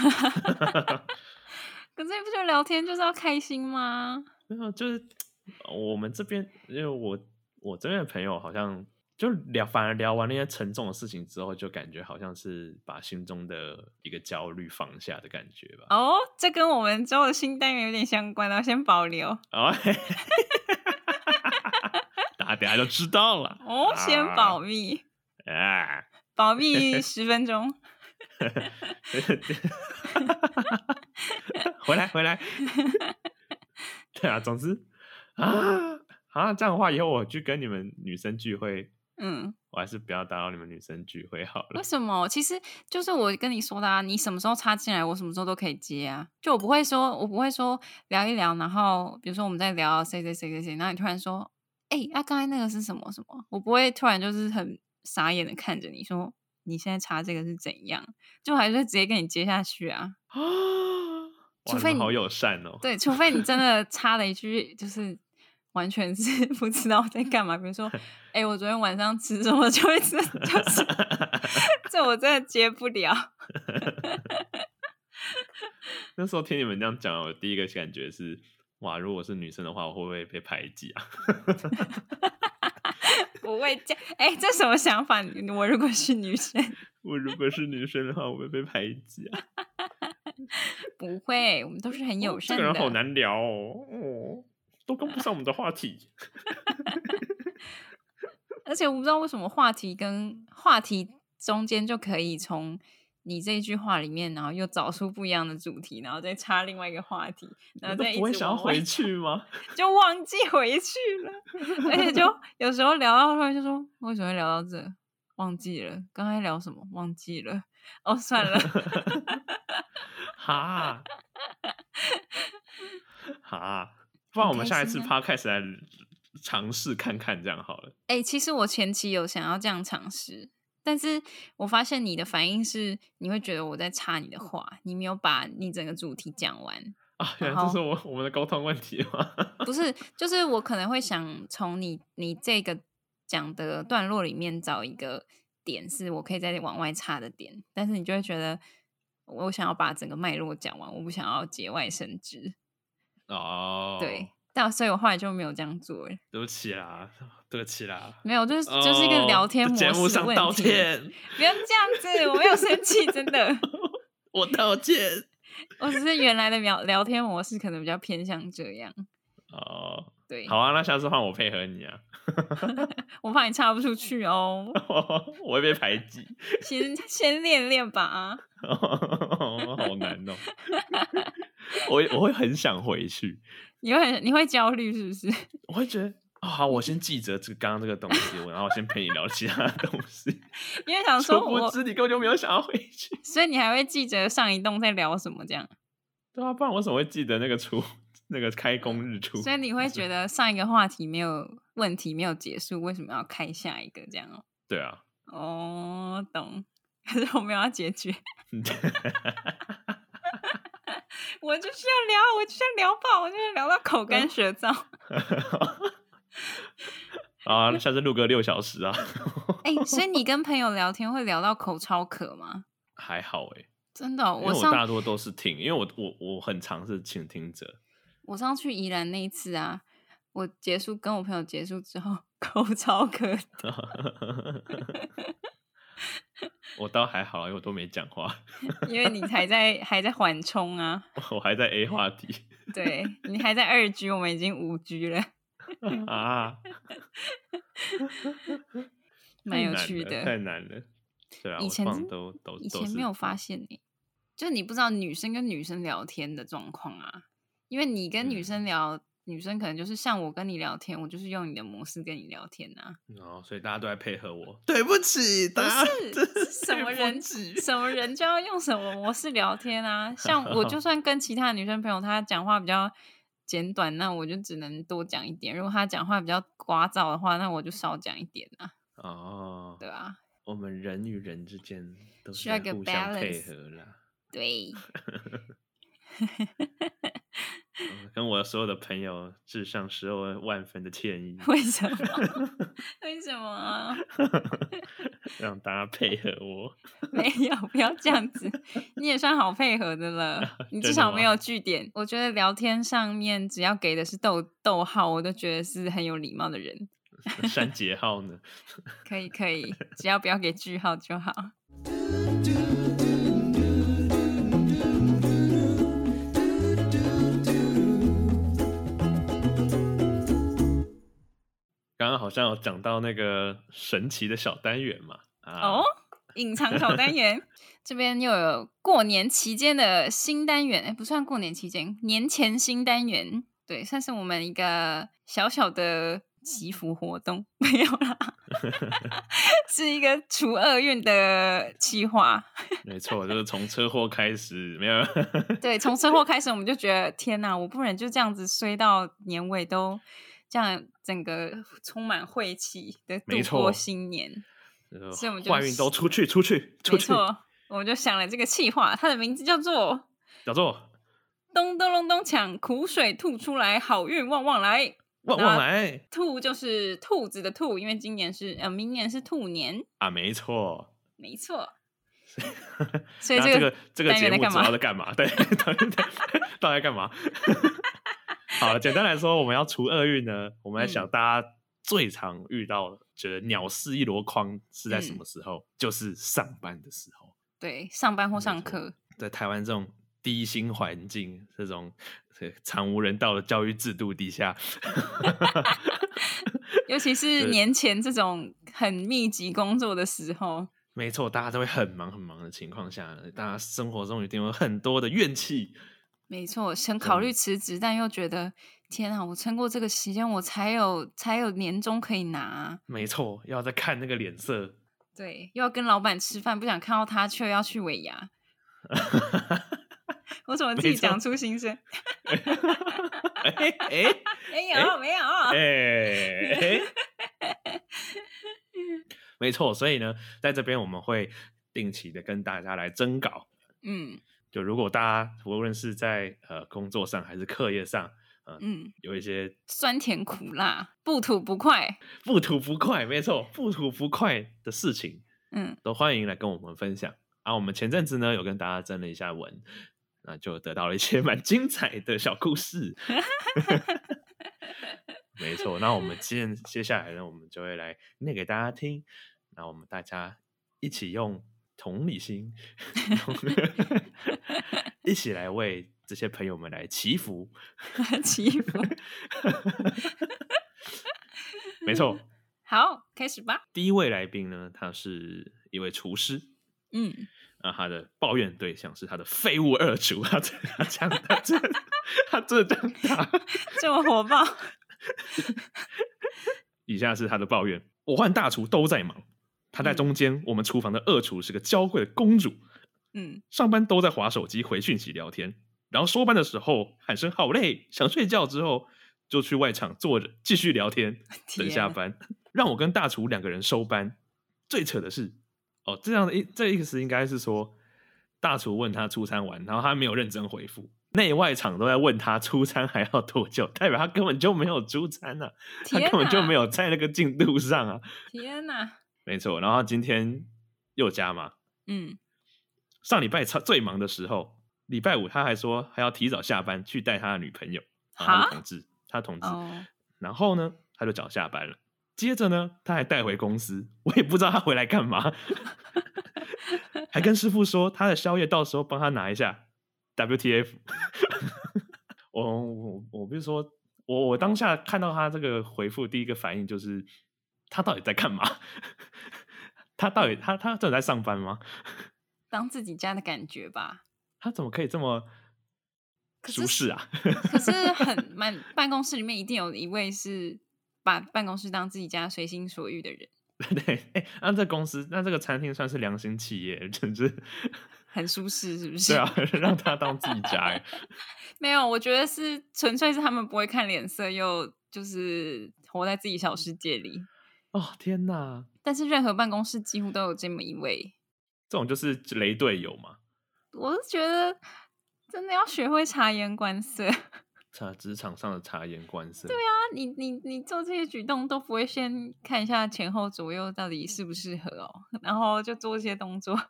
[SPEAKER 2] 是你不觉得聊天就是要开心吗？
[SPEAKER 1] 没有，就是我们这边，因为我我这边的朋友好像就聊，反而聊完那些沉重的事情之后，就感觉好像是把心中的一个焦虑放下的感觉吧。
[SPEAKER 2] 哦，这跟我们之后的新单元有点相关了，先保留
[SPEAKER 1] 哦， 嘿大家等下就知道了。
[SPEAKER 2] 哦，先保
[SPEAKER 1] 啊
[SPEAKER 2] 密，
[SPEAKER 1] 哎，
[SPEAKER 2] 保密十分钟。
[SPEAKER 1] 回来 回来。对啊，总之啊啊，这样的话，以后我去跟你们女生聚会，
[SPEAKER 2] 嗯，
[SPEAKER 1] 我还是不要打扰你们女生聚会好了
[SPEAKER 2] 为。什么？其实就是我跟你说的啊，你什么时候插进来，我什么时候都可以接啊。就我不会说，我不会说聊一聊，然后比如说我们在聊谁谁谁谁谁，然后你突然说，哎、啊，刚才那个是什么什么？我不会突然就是很傻眼的看着你说，你现在插这个是怎样？就我还是会直接跟你接下去啊。
[SPEAKER 1] 啊，哇
[SPEAKER 2] 除
[SPEAKER 1] 你
[SPEAKER 2] 非
[SPEAKER 1] 们
[SPEAKER 2] 你
[SPEAKER 1] 好友善哦。
[SPEAKER 2] 对，除非你真的插了一句，就是完全是 不知道在干嘛。比如说，哎、我昨天晚上吃什么，就会吃，就是 这我真的接不了。
[SPEAKER 1] 那时候听你们这样讲，我第一个感觉是，哇，如果是女生的话，我会不会被排挤啊？
[SPEAKER 2] 不会这样，哎、这什么想法？你我如果是女生，
[SPEAKER 1] 我如果是女生的话，我会被排挤啊？
[SPEAKER 2] 不会，我们都是很友
[SPEAKER 1] 哦
[SPEAKER 2] 善
[SPEAKER 1] 这
[SPEAKER 2] 的。
[SPEAKER 1] 个人好难聊哦，哦，都跟不上我们的话题。
[SPEAKER 2] 而且我不知道为什么话题跟话题中间就可以从你这一句话里面，然后又找出不一样的主题，然后再插另外一个话题，然
[SPEAKER 1] 那
[SPEAKER 2] 后哦再一
[SPEAKER 1] 不会
[SPEAKER 2] 直
[SPEAKER 1] 想要
[SPEAKER 2] 往外
[SPEAKER 1] 回去吗？
[SPEAKER 2] 就忘记回去了，而且 就有时候聊到后来就说为什么会聊到这，忘记了，刚才聊什么忘记了，哦算了，
[SPEAKER 1] 哈，哈，不然我们
[SPEAKER 2] 很
[SPEAKER 1] 下
[SPEAKER 2] 开
[SPEAKER 1] 一次
[SPEAKER 2] 心啊
[SPEAKER 1] podcast 来尝试看看，这样好了。
[SPEAKER 2] 哎、其实我前期有想要这样尝试，但是我发现你的反应是你会觉得我在插你的话，你没有把你整个主题讲完，
[SPEAKER 1] 啊，原来
[SPEAKER 2] 好
[SPEAKER 1] 这是我我们的沟通问题吗？
[SPEAKER 2] 不是，就是我可能会想从你你这个讲的段落里面找一个点，是我可以再往外插的点，但是你就会觉得我想要把整个脉络讲完，我不想要节外生枝。
[SPEAKER 1] 哦，
[SPEAKER 2] 对，，但所以我后来就没有这样做了，
[SPEAKER 1] 对不起啦，对不起啦，
[SPEAKER 2] 没有，就是、就是一个
[SPEAKER 1] 哦
[SPEAKER 2] 聊天
[SPEAKER 1] 在
[SPEAKER 2] 模
[SPEAKER 1] 节目
[SPEAKER 2] 式的
[SPEAKER 1] 上
[SPEAKER 2] 问
[SPEAKER 1] 道
[SPEAKER 2] 题。
[SPEAKER 1] 歉，
[SPEAKER 2] 不要这样子，我没有生气，真的，
[SPEAKER 1] 我道 歉。
[SPEAKER 2] 我只是原来的聊聊天模式可能比较偏向这样。
[SPEAKER 1] 哦，
[SPEAKER 2] 对，
[SPEAKER 1] 好啊，那下次换我配合你啊，
[SPEAKER 2] 我怕你插不出去哦，
[SPEAKER 1] 我会被排挤，
[SPEAKER 2] 先先练练吧。
[SPEAKER 1] 好难 哦。我我会很想回去，
[SPEAKER 2] 你会很你会焦虑是不 是？
[SPEAKER 1] 我会觉得哦，好，我先记着这个刚刚这个东西，我然后先陪你聊其他的东西。
[SPEAKER 2] 因为 想
[SPEAKER 1] 殊
[SPEAKER 2] 说
[SPEAKER 1] 不
[SPEAKER 2] 我，
[SPEAKER 1] 知你根本就没有想要回去，
[SPEAKER 2] 所以你还会记着上一栋在聊什么这样，
[SPEAKER 1] 对啊，不然我怎么会记得那个出那个开工日出？
[SPEAKER 2] 所以你会觉得上一个话题没有问题，没有结束，为什么要开下一个这样哦？
[SPEAKER 1] 对啊，
[SPEAKER 2] 哦，懂。 可是我没有要解 决， 我就是要聊，我就是要聊爆，我就是要聊到口
[SPEAKER 1] 哦
[SPEAKER 2] 干舌燥。
[SPEAKER 1] 啊，那下次录个六小时啊，
[SPEAKER 2] 哎、所以你跟朋友聊天会聊到口超渴吗？
[SPEAKER 1] 还好哎、
[SPEAKER 2] 真的哦、
[SPEAKER 1] 因为我
[SPEAKER 2] 上
[SPEAKER 1] 大多都是听，因为我我我很常是倾听者，
[SPEAKER 2] 我上去宜兰那一次啊，我结束跟我朋友结束之后， 口超可
[SPEAKER 1] 我倒还好，因为我都没讲话，
[SPEAKER 2] 因为你还在还在缓冲啊，
[SPEAKER 1] 我还在 A 话题
[SPEAKER 2] 对你还在二 G，我们已经五 G 了，
[SPEAKER 1] 啊，
[SPEAKER 2] 蛮
[SPEAKER 1] 太
[SPEAKER 2] 有
[SPEAKER 1] 难
[SPEAKER 2] 趣
[SPEAKER 1] 了
[SPEAKER 2] 的。
[SPEAKER 1] 太难了。对啊，
[SPEAKER 2] 以
[SPEAKER 1] 我
[SPEAKER 2] 前
[SPEAKER 1] 放
[SPEAKER 2] 真
[SPEAKER 1] 都都
[SPEAKER 2] 以
[SPEAKER 1] 都
[SPEAKER 2] 前
[SPEAKER 1] 是
[SPEAKER 2] 没有发现呢、就你不知道女生跟女生聊天的状况啊，因为你跟女
[SPEAKER 1] 嗯
[SPEAKER 2] 生聊，女生可能就是像我跟你聊天，我就是用你的模式跟你聊天啊，
[SPEAKER 1] 哦，所以大家都在配合我。 对不起，
[SPEAKER 2] 不
[SPEAKER 1] 大家
[SPEAKER 2] 是
[SPEAKER 1] 真
[SPEAKER 2] 是什
[SPEAKER 1] 对
[SPEAKER 2] 么
[SPEAKER 1] 啊不
[SPEAKER 2] 人
[SPEAKER 1] 起
[SPEAKER 2] 什么人就要用什么模式聊天啊，像我就算跟其他的女生朋友，她讲话比较。简短，那我就只能多讲一点。如果她讲话比较聒噪的话，那我就少讲一点啊，
[SPEAKER 1] 哦，
[SPEAKER 2] 对吧、啊
[SPEAKER 1] 我们人与人之间都是
[SPEAKER 2] 需要
[SPEAKER 1] 在
[SPEAKER 2] 一个
[SPEAKER 1] 互相配
[SPEAKER 2] balance
[SPEAKER 1] 合啦。
[SPEAKER 2] 对，，
[SPEAKER 1] 嗯跟我所有的朋友致上十二万分的歉意
[SPEAKER 2] 为什么？为什么啊？
[SPEAKER 1] 让大家配合我。
[SPEAKER 2] 没有，不要这样子，你也算好配合的了， 你至
[SPEAKER 1] 真的
[SPEAKER 2] 少没
[SPEAKER 1] 吗
[SPEAKER 2] 有据点。我觉得聊天上面只要给的是逗逗号，我都觉得是很有礼貌的人。
[SPEAKER 1] 删节号呢？
[SPEAKER 2] 可以，可以，只要不要给句号就好。
[SPEAKER 1] 刚刚好像有讲到那个神奇的小单元嘛？啊，
[SPEAKER 2] 哦，隐藏小单元这边又有过年期间的新单元，哎，不算过年期间，年前新单元，对，算是我们一个小小的祈福活动， 没有 啦，是一个除厄运的计划。
[SPEAKER 1] 没错，就是从车祸开始，没 有
[SPEAKER 2] 对，从车祸开始，我们就觉得天哪，我不能就这样子衰到年尾都这样，整个充满晦气的度
[SPEAKER 1] 没
[SPEAKER 2] 过
[SPEAKER 1] 错
[SPEAKER 2] 新年。
[SPEAKER 1] 呃
[SPEAKER 2] 所以我们就
[SPEAKER 1] 坏运都出去，出去，出
[SPEAKER 2] 没
[SPEAKER 1] 去，
[SPEAKER 2] 错，我们就想了这个气话，它的名字叫做
[SPEAKER 1] 叫做
[SPEAKER 2] “咚咚隆咚锵，苦水吐出来，好运旺旺来
[SPEAKER 1] 旺
[SPEAKER 2] 那
[SPEAKER 1] 旺来
[SPEAKER 2] 兔”，就是兔子的兔，因为今年是呃，明年是兔年，
[SPEAKER 1] 啊！没错。
[SPEAKER 2] 没错。 所以
[SPEAKER 1] 然后这
[SPEAKER 2] 这个
[SPEAKER 1] 个这个
[SPEAKER 2] 单元
[SPEAKER 1] 节
[SPEAKER 2] 在
[SPEAKER 1] 目
[SPEAKER 2] 干
[SPEAKER 1] 主
[SPEAKER 2] 嘛
[SPEAKER 1] 要在干嘛？对， 到底在到底在干嘛？ 好，简单来说，我们要除厄运呢，我们在
[SPEAKER 2] 嗯
[SPEAKER 1] 想大家最常遇到觉得鸟事一箩筐是在什么时
[SPEAKER 2] 嗯
[SPEAKER 1] 候？就是上班的时候。
[SPEAKER 2] 对上班或
[SPEAKER 1] 没
[SPEAKER 2] 上
[SPEAKER 1] 错
[SPEAKER 2] 课，
[SPEAKER 1] 在台湾这种低薪环境、这种呃惨无人道的教育制度底下，
[SPEAKER 2] 尤其是
[SPEAKER 1] 对
[SPEAKER 2] 年前这种很密集工作的时候，
[SPEAKER 1] 没错，大家都会很忙很忙的情况下，大家生活中一定有很多的怨气。
[SPEAKER 2] 没错，想考虑
[SPEAKER 1] 嗯
[SPEAKER 2] 辞职，但又觉得天啊，我撑过这个时间，我才有才有年终可以拿啊。
[SPEAKER 1] 没错，要在看那个脸色，
[SPEAKER 2] 对，又要跟老板吃饭，不想看到他，却要去尾牙。哎我怎么自
[SPEAKER 1] 没
[SPEAKER 2] 己讲
[SPEAKER 1] 错
[SPEAKER 2] 出心声？
[SPEAKER 1] 哎哎
[SPEAKER 2] 没有，没有。
[SPEAKER 1] 哎哎，没错。所以呢，在这边我们会定期的跟大家来征稿，
[SPEAKER 2] 嗯
[SPEAKER 1] 就如果大家无论是在呃工作上还是课业上，
[SPEAKER 2] 嗯，
[SPEAKER 1] 有一些
[SPEAKER 2] 酸甜苦辣，不吐不快。
[SPEAKER 1] 不吐不快，没错，不吐不快的事情，
[SPEAKER 2] 嗯，
[SPEAKER 1] 都欢迎来跟我们分享啊。我们前阵子呢有跟大家征了一下文，那就得到了一些 蛮精彩的小故事。 没错，那我们接接下来呢，我们就会来念给大家听。那我们大家一起用同理心，一起来为这些朋友们来祈福。
[SPEAKER 2] 欺负。
[SPEAKER 1] 没错，
[SPEAKER 2] 好，开始吧。
[SPEAKER 1] 第一位来宾呢，他是一位厨师。
[SPEAKER 2] 嗯，
[SPEAKER 1] 那他的抱怨对象是他的废物二厨，他这他这样他这他这这样打。
[SPEAKER 2] 这么火爆。
[SPEAKER 1] 以下是他的抱怨：我和大厨都在忙，他在中间，我们厨房的二厨是个娇贵的公主，
[SPEAKER 2] 嗯，
[SPEAKER 1] 上班都在划手机、回讯息、聊天，然后收班的时候喊声好累，想睡觉之后就去外场坐着继续聊天，等
[SPEAKER 2] 天
[SPEAKER 1] 下
[SPEAKER 2] 哪
[SPEAKER 1] 班，让我跟大厨两个人收班。最扯的是，哦，这样的一这意思应该是说，大厨问他出餐完，然后他没有认真回复，内外场都在问他出餐还要多久，代表他根本就没有出餐啊，他
[SPEAKER 2] 天
[SPEAKER 1] 根本就没
[SPEAKER 2] 有。
[SPEAKER 1] 有在那个进度上啊。
[SPEAKER 2] 天哪。
[SPEAKER 1] 没错，然后他今天又加嘛，
[SPEAKER 2] 嗯，
[SPEAKER 1] 上礼拜超最忙的时候，礼拜五他还说还要提早下班去带他的女朋友，啊，他
[SPEAKER 2] 哈
[SPEAKER 1] 是同志，他同志，
[SPEAKER 2] 哦，
[SPEAKER 1] 然后呢，他就早下班了。接着呢，他还带回公司，我也不知道他回来干嘛， 还跟师傅说他的宵夜到时候帮他拿一下。WTF！我我我不是说，我我当下看到他这个回复，第一个反应就是他到底在干嘛？他到底他他真的在上班吗？
[SPEAKER 2] 当自己家的感觉吧。
[SPEAKER 1] 他怎么可以这么
[SPEAKER 2] 可是
[SPEAKER 1] 舒适啊？
[SPEAKER 2] 可是很 蛮办公室里面一定有一位是把办公室当自己家随心所欲的人，
[SPEAKER 1] 对，哎、那这公司那这个餐厅算是良心企业，真是
[SPEAKER 2] 很舒适，是不是？
[SPEAKER 1] 对 啊， 让他当自己家、哎，
[SPEAKER 2] 没有，我觉得是纯粹是他们不会看脸色，又就是活在自己小世界里。
[SPEAKER 1] 哦天哪，
[SPEAKER 2] 但是任何办公室几乎都有这么一位，
[SPEAKER 1] 这种就是雷队友嘛，
[SPEAKER 2] 我是觉得真的要学会察言观色。
[SPEAKER 1] 察职场上的察言观色。对啊，
[SPEAKER 2] 那你你你做这些举动都不会先看一下前后左右到底适不适合哦，然后就做一些动作。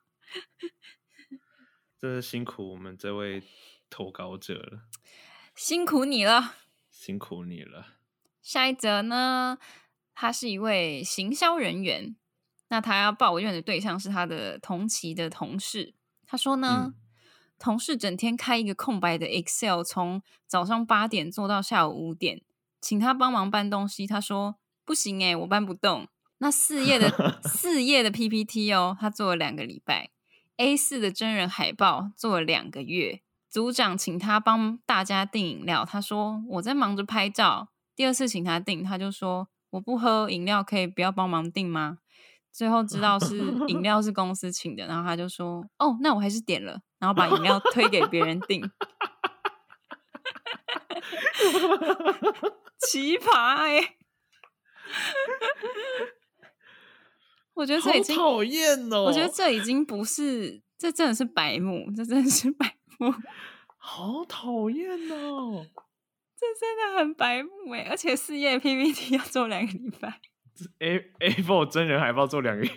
[SPEAKER 1] 真是辛苦我们这位投稿者了，
[SPEAKER 2] 辛苦你了。
[SPEAKER 1] 辛苦你了。
[SPEAKER 2] 下一则呢，他是一位行销人员，那他要抱怨的对象是他的同期的同事。他说呢，
[SPEAKER 1] 嗯
[SPEAKER 2] 同事整天开一个空白的 Excel，从早上八点做到下午五点，请他帮忙搬东西，他说不行诶、我搬不动。那四页的四页的 PPT 哦，他做了两个礼拜，A 四的真人海报做了两个月，组长请他帮大家订饮料，他说我在忙着拍照。第二次请他订，他就说我不喝饮料，可以不要帮忙订吗？最后知道是饮料是公司请的，然后他就说哦，那我还是点了，然后把饮料推给别人订。 奇葩哎、 我觉得这已经
[SPEAKER 1] 好讨厌哦！
[SPEAKER 2] 我觉得这已经不是，这真的是白目，这真的是白目，
[SPEAKER 1] 好讨厌哦！
[SPEAKER 2] 这真的很白目哎！而且四页 PPT 要做两个礼拜，
[SPEAKER 1] 这 A A four 真人海报做两个月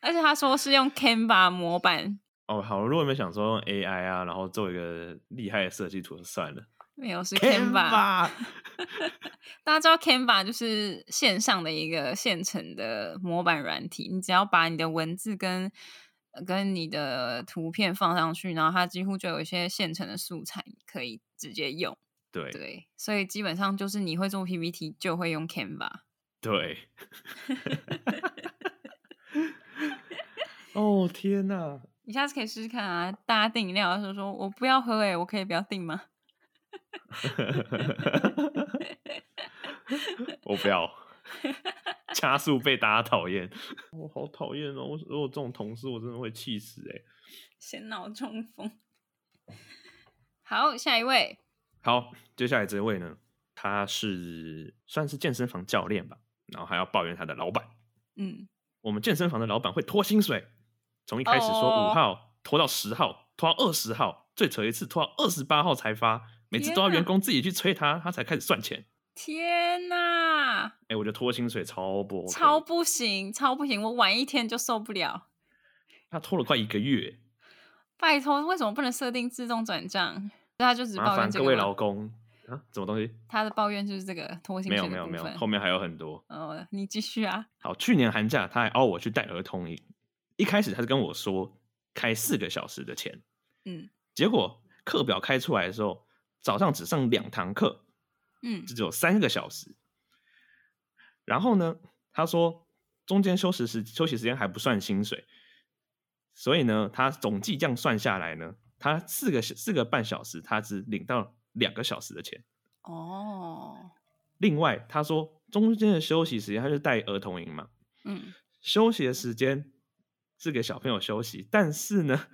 [SPEAKER 2] 而且他说是用 Canva 模板，
[SPEAKER 1] 哦，好，如果你们想说用 AI 啊，然后做一个厉害的设计图就算了。
[SPEAKER 2] 没有是 Canva。
[SPEAKER 1] Canva，
[SPEAKER 2] 大家知道 Canva 就是线上的一个现成的模板软体，你只要把你的文字跟呃跟你的图片放上去，然后它几乎就有一些现成的素材，你可以直接用。
[SPEAKER 1] 对
[SPEAKER 2] 对，所以基本上就是你会做 PPT 就会用 Canva。
[SPEAKER 1] 对。 哦天哪！
[SPEAKER 2] 你下次可以试试看啊！大家订饮料的时候说：“我不要喝、欸，我可以不要订吗
[SPEAKER 1] 我不要，加速被大家讨厌，我好讨厌哦！我如果这种同事，我真的会气死哎、？”
[SPEAKER 2] 先脑中风。好，下一位，
[SPEAKER 1] 好，接下来这位呢，他是算是健身房教练吧，然后还要抱怨他的老板。
[SPEAKER 2] 嗯，
[SPEAKER 1] 我们健身房的老板会拖薪水，从一开始说
[SPEAKER 2] 哦
[SPEAKER 1] 五号拖到十号，拖到二十号，最扯一次拖到二十八号才发，每次都要
[SPEAKER 2] 天哪
[SPEAKER 1] 员工自己去催他，他才开始算钱。
[SPEAKER 2] 天哪，
[SPEAKER 1] 哎、我觉得拖薪水超不、OK，
[SPEAKER 2] 超不行，超不行！我晚一天就受不了。
[SPEAKER 1] 他拖了快一个月，
[SPEAKER 2] 拜托，为什么不能设定自动转账？他就只
[SPEAKER 1] 麻
[SPEAKER 2] 抱怨
[SPEAKER 1] 烦
[SPEAKER 2] 这
[SPEAKER 1] 各位
[SPEAKER 2] 个
[SPEAKER 1] 劳
[SPEAKER 2] 吗。
[SPEAKER 1] 工啊，什么东西？
[SPEAKER 2] 他的抱怨就是这个拖薪
[SPEAKER 1] 没
[SPEAKER 2] 水
[SPEAKER 1] 有
[SPEAKER 2] 的
[SPEAKER 1] 没有没有
[SPEAKER 2] 部，分
[SPEAKER 1] 后面还有很多。
[SPEAKER 2] 哦，你继续啊。
[SPEAKER 1] 好，去年寒假他还邀我去带儿童营，一开始他是跟我说开四个小时的钱，
[SPEAKER 2] 嗯
[SPEAKER 1] 结果课表开出来的时候，早上只上两堂课，
[SPEAKER 2] 嗯
[SPEAKER 1] 就只有三个小时。然后呢，他说中间休息时休息时间还不算薪水，所以呢，他总计这样算下来呢，他四个小四个半小时，他只领到两个小时的钱。
[SPEAKER 2] 哦，
[SPEAKER 1] 另外，他说中间的休息时间，他就带儿童营嘛，
[SPEAKER 2] 嗯，
[SPEAKER 1] 休息的时间是给小朋友休息，但是呢，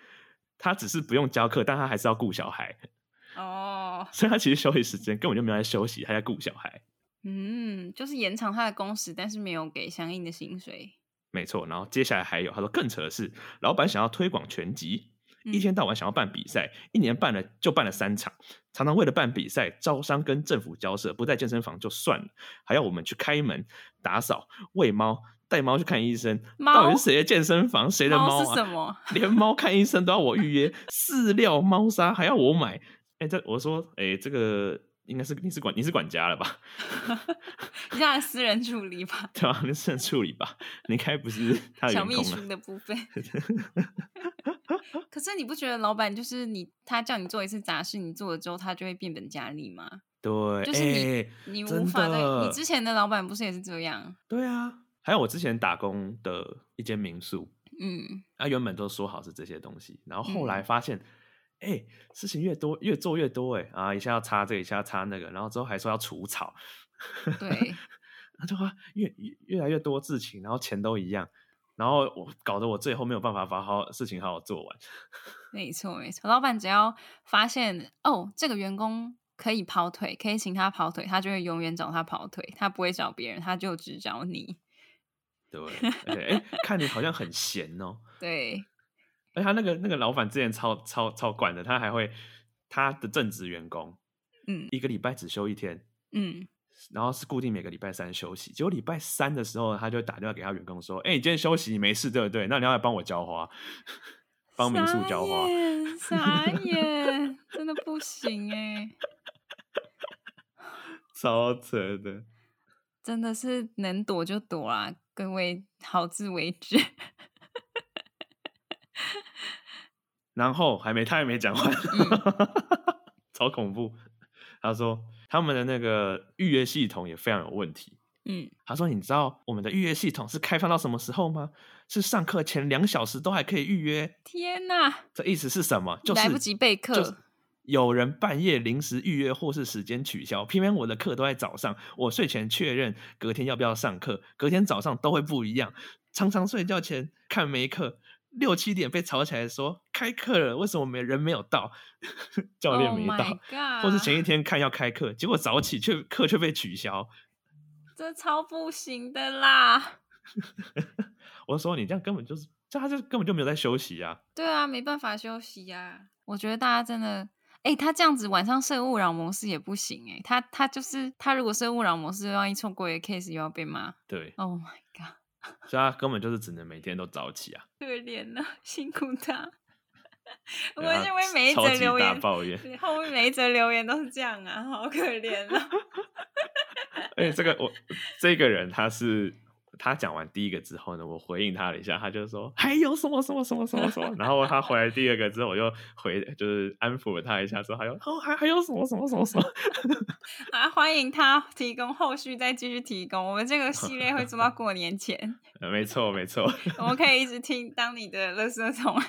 [SPEAKER 1] 他只是不用教课，但他还是要顾小孩，
[SPEAKER 2] 哦，
[SPEAKER 1] 所以他其实休息时间根本就没有在休息，他在顾小孩。
[SPEAKER 2] 嗯，就是延长他的工时，但是没有给相应的薪水。
[SPEAKER 1] 没错，然后接下来还有，他说更扯的是，老板想要推广拳击，
[SPEAKER 2] 嗯
[SPEAKER 1] 一天到晚想要办比赛，一年办了就办了三场，常常为了办比赛招商跟政府交涉，不在健身房就算了，还要我们去开门、打扫、喂猫、带猫去看医生，
[SPEAKER 2] 猫
[SPEAKER 1] 到底是谁的健身房，谁的猫
[SPEAKER 2] 是什
[SPEAKER 1] 啊？
[SPEAKER 2] 么？
[SPEAKER 1] 连猫看医生都要我预约，饲料、猫砂还要我买。哎、这我说，哎、这个应该是你是管你是管家了吧？
[SPEAKER 2] 你让私人处理吧，
[SPEAKER 1] 对啊吧？你是处理吧？你应该不是 他的
[SPEAKER 2] 小
[SPEAKER 1] 员
[SPEAKER 2] 秘
[SPEAKER 1] 工
[SPEAKER 2] 书
[SPEAKER 1] 啊？
[SPEAKER 2] 的 部分。可是你不觉得老板就是你，他叫你做一次杂事，你做了之后，他就会变本加厉吗？
[SPEAKER 1] 对，
[SPEAKER 2] 就是你
[SPEAKER 1] 哎
[SPEAKER 2] 你无
[SPEAKER 1] 真
[SPEAKER 2] 法再，
[SPEAKER 1] 的
[SPEAKER 2] 你之前的老板不是也是这样？
[SPEAKER 1] 对啊，还有我之前打工的一间民宿，
[SPEAKER 2] 嗯，
[SPEAKER 1] 啊，原本都说好是这些东西，然后后
[SPEAKER 2] 嗯
[SPEAKER 1] 来发现，哎、事情越多越做越多、哎啊，一下要擦这个，一下要擦那个，然后之后还说要除草，
[SPEAKER 2] 对，
[SPEAKER 1] 然后就哇越越越来越多事情，然后钱都一样，然后我搞得我最后没有办法把好事情好好做完，
[SPEAKER 2] 没错没错。老板只要发现哦，这个员工可以跑腿，可以请他跑腿，他就会永远找他跑腿，他不会找别人，他就只找你。
[SPEAKER 1] 对，而且哎、看你好像很闲哦，
[SPEAKER 2] 对，
[SPEAKER 1] 而且他那个那个老板之前超超超管的，他还会他的正职员工
[SPEAKER 2] 嗯
[SPEAKER 1] 一个礼拜只休一天，
[SPEAKER 2] 嗯，
[SPEAKER 1] 然后是固定每个礼拜三休息。结果礼拜三的时候，他就打电话给他员工说：“哎、你今天休息，你没事对不对？那你要来帮我浇花， 帮民宿浇花。
[SPEAKER 2] 傻眼，傻眼，真的不行哎、”
[SPEAKER 1] 超扯的，
[SPEAKER 2] 真的是能躲就躲啦，各位好自为之。
[SPEAKER 1] 然后还没他还没讲完，
[SPEAKER 2] 嗯
[SPEAKER 1] 超恐怖。他说他们的那个预约系统也非常有问题。
[SPEAKER 2] 嗯，
[SPEAKER 1] 他说：“你知道我们的预约系统是开放到什么时候吗？是上课前两小时都还可以预约。
[SPEAKER 2] 天哪，
[SPEAKER 1] 这意思是什么？就是
[SPEAKER 2] 来不及备课。
[SPEAKER 1] 就是有人半夜临时预约或是时间取消，偏偏我的课都在早上，我睡前确认隔天要不要上课，隔天早上都会不一样。常常睡觉前看没课，六七点被吵起来说开课了，为什么没人没有到？ 教练
[SPEAKER 2] Oh
[SPEAKER 1] 没
[SPEAKER 2] my
[SPEAKER 1] 到
[SPEAKER 2] God,
[SPEAKER 1] 或是前一天看要开课，结果早起却课却被取消。
[SPEAKER 2] 这超不行的啦。
[SPEAKER 1] 我就说你这样根本就是，这他就根本就没有在休息啊。
[SPEAKER 2] 对啊，没办法休息呀、我觉得大家真的，哎、他这样子晚上设勿扰模式也不行哎、他他就是他如果设勿扰模式，万一错过一个 case 又要被骂。
[SPEAKER 1] 对，
[SPEAKER 2] Oh my god，
[SPEAKER 1] 所以他根本就是只能每天都早起啊。
[SPEAKER 2] 可怜了， 辛苦他。我
[SPEAKER 1] 对他啊
[SPEAKER 2] 认为每一
[SPEAKER 1] 超
[SPEAKER 2] 则
[SPEAKER 1] 级
[SPEAKER 2] 留
[SPEAKER 1] 大
[SPEAKER 2] 言，
[SPEAKER 1] 抱怨。
[SPEAKER 2] 对后面每一则留言都是这样啊，好可怜啊。
[SPEAKER 1] 而且这个我这个人他是他讲完第一个之后呢，我回应他了一下，他就说还有什么什么什么什么 什么，然后他回来第二个之后，我又回就是安抚了他一下，说还有哦还还有什么什么什么什么，
[SPEAKER 2] 啊，欢迎他提供后续再继续提供，我们这个系列会做到过年前，
[SPEAKER 1] 呃没错没错，
[SPEAKER 2] 我们可以一直听当你的垃圾桶，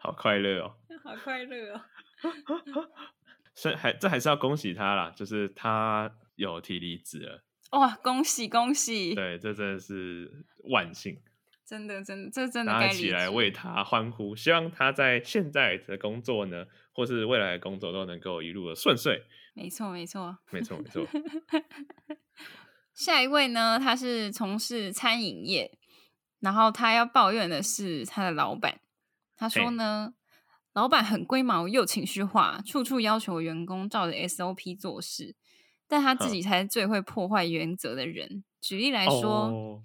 [SPEAKER 1] 好快乐哦。
[SPEAKER 2] 好快乐哦。
[SPEAKER 1] 所以还这还是要恭喜他啦，就是他有提离职了，
[SPEAKER 2] 哇，恭喜恭喜！
[SPEAKER 1] 对，这真的是万幸，
[SPEAKER 2] 真的真的，这真的
[SPEAKER 1] 大家
[SPEAKER 2] 该
[SPEAKER 1] 一
[SPEAKER 2] 离
[SPEAKER 1] 起来
[SPEAKER 2] 职
[SPEAKER 1] 为他欢呼，希望他在现在的工作呢，或是未来的工作都能够一路的顺遂。
[SPEAKER 2] 没错没错。
[SPEAKER 1] 没错没 错，
[SPEAKER 2] 下一位呢，他是从事餐饮业，然后他要抱怨的是他的老板，他说呢，老板很龟毛又情绪化，处处要求员工照着 SOP 做事，但他自己才是最会破坏原则的人。举例来说，
[SPEAKER 1] 哦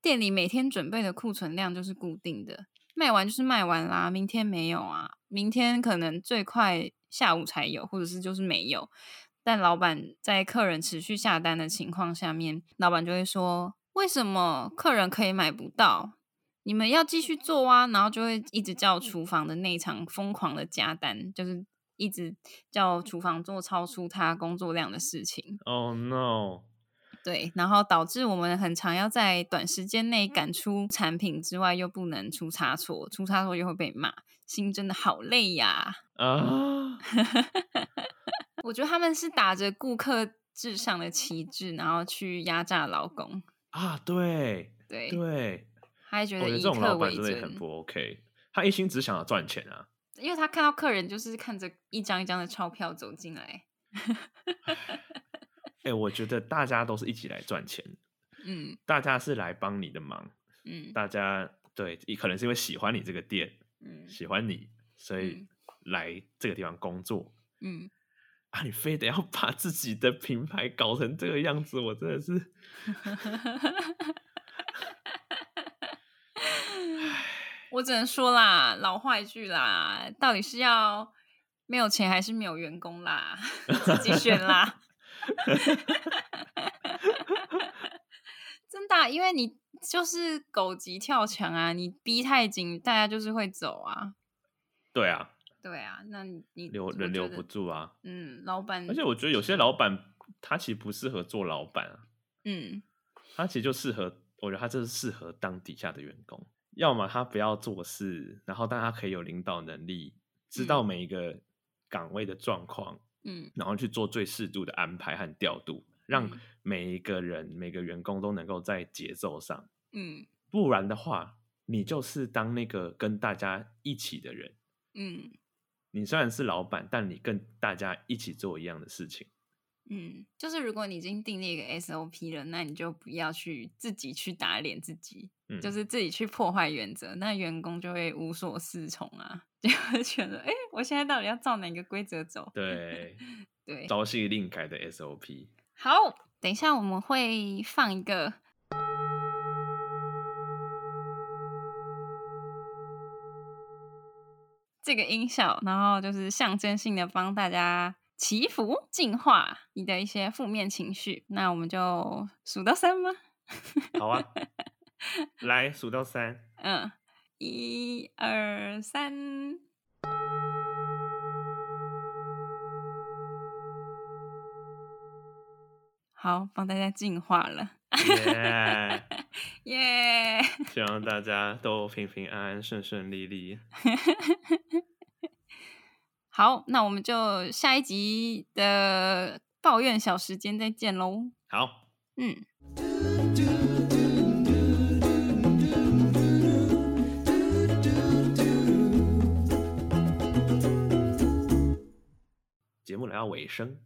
[SPEAKER 2] 店里每天准备的库存量就是固定的，卖完就是卖完啦，明天没有啊，明天可能最快下午才有，或者是就是没有。但老板在客人持续下单的情况下面，老板就会说：“为什么客人可以买不到？你们要继续做啊！”然后就会一直叫厨房的那一场疯狂的加单，就是一直叫厨房做超出他工作量的事情。
[SPEAKER 1] 哦 no！
[SPEAKER 2] 对，然后导致我们很常要在短时间内
[SPEAKER 1] 嗯
[SPEAKER 2] 赶出产品之外，又不能出差错，出差错又会被骂，心真的好累呀。
[SPEAKER 1] 啊，
[SPEAKER 2] 我觉得他们是打着顾客至上的旗帜，然后去压榨劳工，
[SPEAKER 1] 啊，对
[SPEAKER 2] 对，
[SPEAKER 1] 对，
[SPEAKER 2] 他还觉
[SPEAKER 1] 我觉
[SPEAKER 2] 得
[SPEAKER 1] 得
[SPEAKER 2] 以
[SPEAKER 1] 这种老
[SPEAKER 2] 客
[SPEAKER 1] 板
[SPEAKER 2] 为
[SPEAKER 1] 真的很
[SPEAKER 2] 尊，
[SPEAKER 1] 不 OK。他一心只想要赚钱啊，
[SPEAKER 2] 因为他看到客人就是看着一张一张的钞票走进来，
[SPEAKER 1] 哎、我觉得大家都是一起来赚钱，
[SPEAKER 2] 嗯
[SPEAKER 1] 大家是来帮你的忙，
[SPEAKER 2] 嗯
[SPEAKER 1] 大家对，可能是因为喜欢你这个店，
[SPEAKER 2] 嗯
[SPEAKER 1] 喜欢你，所以
[SPEAKER 2] 嗯
[SPEAKER 1] 来这个地方工作。
[SPEAKER 2] 嗯，
[SPEAKER 1] 啊！你非得要 把自己的品牌搞成这个样子，我真的是
[SPEAKER 2] 我只能说啦，老话一句啦，到底是要没有钱还是没有员工啦， 自己选啦。 真的啊、因为你就是狗急跳墙啊，你逼太紧，大家就是会走啊。
[SPEAKER 1] 对啊，
[SPEAKER 2] 对啊，那你你
[SPEAKER 1] 留
[SPEAKER 2] 我
[SPEAKER 1] 人
[SPEAKER 2] 觉
[SPEAKER 1] 留
[SPEAKER 2] 得
[SPEAKER 1] 不住啊。
[SPEAKER 2] 嗯，老板，
[SPEAKER 1] 而且我觉得有些老板他其实不适合做老板啊，
[SPEAKER 2] 嗯，
[SPEAKER 1] 他其实就适合，我觉得他就是适合当底下的员工，要么他不要做事，然后但他可以有领导能力，知道
[SPEAKER 2] 嗯
[SPEAKER 1] 每一个岗位的状况，
[SPEAKER 2] 嗯
[SPEAKER 1] 然后去做最适度的安排和调度，让
[SPEAKER 2] 嗯
[SPEAKER 1] 每一个人、每个员工都能够在节奏上。
[SPEAKER 2] 嗯
[SPEAKER 1] 不然的话，你就是当那个跟大家一起的人。
[SPEAKER 2] 嗯
[SPEAKER 1] 你虽然是老板，但你跟大家一起做一样的事情。
[SPEAKER 2] 嗯，就是如果你已经订立一个 SOP 了，那你就不要去自己去打脸自己，
[SPEAKER 1] 嗯，
[SPEAKER 2] 就是自己去破坏原则，那员工就会无所适从啊， 就会觉得，哎、我现在到底要照哪个规则走？
[SPEAKER 1] 对
[SPEAKER 2] 对，
[SPEAKER 1] 朝夕令改的 SOP。
[SPEAKER 2] 好，等一下我们会放一个。这个音效，然后就是象征性的帮大家祈福、净化你的一些负面情绪。那我们就数到三吗？
[SPEAKER 1] 好啊，来数到三。
[SPEAKER 2] 嗯，一二三。好，帮大家净化了，
[SPEAKER 1] 耶！
[SPEAKER 2] 耶、
[SPEAKER 1] 希望大家都平平安安、顺顺利利。
[SPEAKER 2] 好，那我们就下一集的抱怨小时间再见喽。
[SPEAKER 1] 好，
[SPEAKER 2] 嗯，
[SPEAKER 1] 节目来到尾声，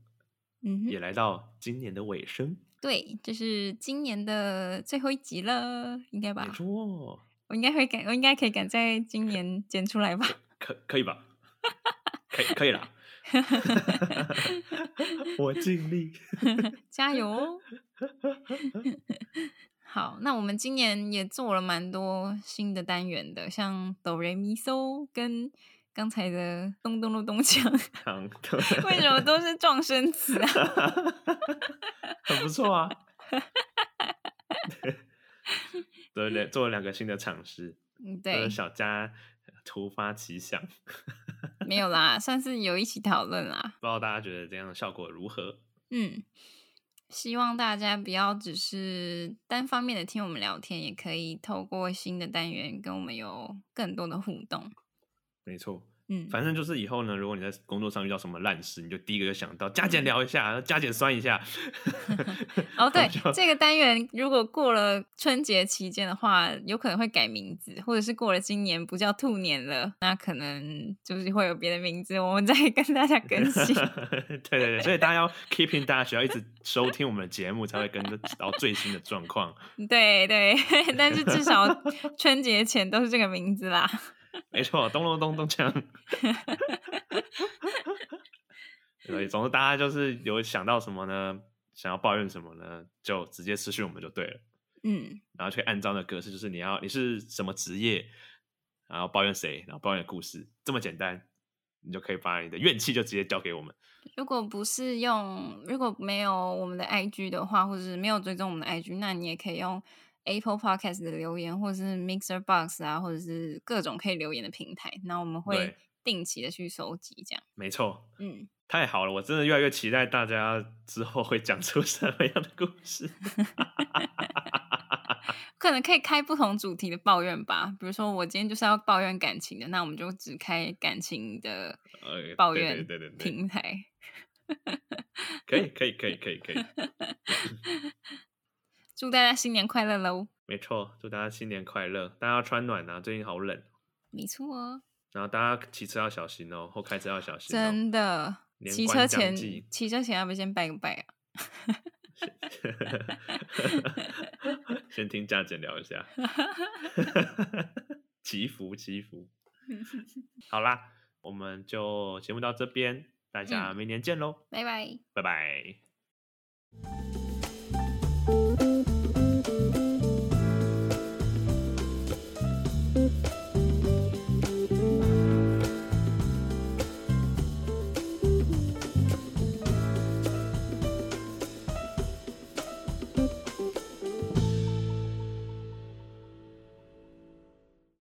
[SPEAKER 2] 嗯哼
[SPEAKER 1] 也来到今年的尾声，
[SPEAKER 2] 对，这是今年的最后一集了，应该吧
[SPEAKER 1] 没？错哦，
[SPEAKER 2] 我应该会赶，我应该可以赶在今年剪出来吧？
[SPEAKER 1] 可可以吧？ 可以可以啦， 我尽力。
[SPEAKER 2] 加油 哦！好，那我们今年也做了蛮多新的单元的，像哆来咪嗦跟刚才的咚咚咚咚锵，
[SPEAKER 1] 糖
[SPEAKER 2] 为什么都是撞声词啊？
[SPEAKER 1] 很不错啊。 对，做了做了两个新的尝试，
[SPEAKER 2] 嗯，
[SPEAKER 1] 都
[SPEAKER 2] 对
[SPEAKER 1] 是，小家突发奇想， 不
[SPEAKER 2] 没有啦，算是有一起讨论啦。
[SPEAKER 1] 知道大家觉得这样的效果如何？
[SPEAKER 2] 嗯，希望大家不要只是单方面的听我们聊天，也可以透过新的单元跟我们有更多的互动。
[SPEAKER 1] 没错，
[SPEAKER 2] 嗯，
[SPEAKER 1] 反正就是以后呢，如果你在工作上遇到什么烂事，你就第一个就想到加减聊一下，加减酸一下。
[SPEAKER 2] 哦，对
[SPEAKER 1] 就，
[SPEAKER 2] 这个单元如果过了春节期间的话，有可能会改名字，或者是过了今年不叫兔年了，那可能就是会有别的名字，我们再跟大家更 新。
[SPEAKER 1] 对对对，所以大家要 keep in touch，要一直收听我们的节目，才会跟着知道最新的状况。
[SPEAKER 2] 对对， 但是至少春节前都是这个名字啦。
[SPEAKER 1] 没错，咚咚咚咚锵。 对，总之大家就是有想到什么呢？想要抱怨什么呢？就直接私讯我们就对了，
[SPEAKER 2] 嗯，
[SPEAKER 1] 然后去按照那个格式，就是你要你是什么职业，然后抱怨谁，然后抱怨故事，这么简单，你就可以把你的怨气就直接交给我们。
[SPEAKER 2] 如果不是用，如果没有我们的 IG 的话，或者是没有追踪我们的 IG，那你也可以用 Apple Podcast 的留言，或者是 Mixer Box 啊，或者是各种可以留言的平台。那我们会
[SPEAKER 1] 对
[SPEAKER 2] 定期的去收集，这样。
[SPEAKER 1] 没错，
[SPEAKER 2] 嗯，
[SPEAKER 1] 太好了，我真的越来越期待大家之后会讲出什么样的故 事。
[SPEAKER 2] 可能可以开不同主题的抱怨吧。比如说，我今天就是要抱怨感情的，那我们就只开感情的
[SPEAKER 1] 呃
[SPEAKER 2] 抱
[SPEAKER 1] 对对
[SPEAKER 2] 怨
[SPEAKER 1] 对对对
[SPEAKER 2] 平台。
[SPEAKER 1] 可以可以可以可以可以，
[SPEAKER 2] 祝大家新年快乐喽！
[SPEAKER 1] 没错，祝大家新年快乐，大家要穿暖啊，最近好冷，
[SPEAKER 2] 没错哦，
[SPEAKER 1] 然后大家骑车要小心哦，或开车要小心、哦。
[SPEAKER 2] 真的，
[SPEAKER 1] 年
[SPEAKER 2] 骑车
[SPEAKER 1] 关将
[SPEAKER 2] 前
[SPEAKER 1] 近
[SPEAKER 2] 骑车前要不要先拜个拜啊？
[SPEAKER 1] 先听嘉姐聊一 下，祈福祈福。好啦，我们就节目到这边，大家
[SPEAKER 2] 嗯
[SPEAKER 1] 明年见喽，
[SPEAKER 2] 拜拜。
[SPEAKER 1] 拜拜。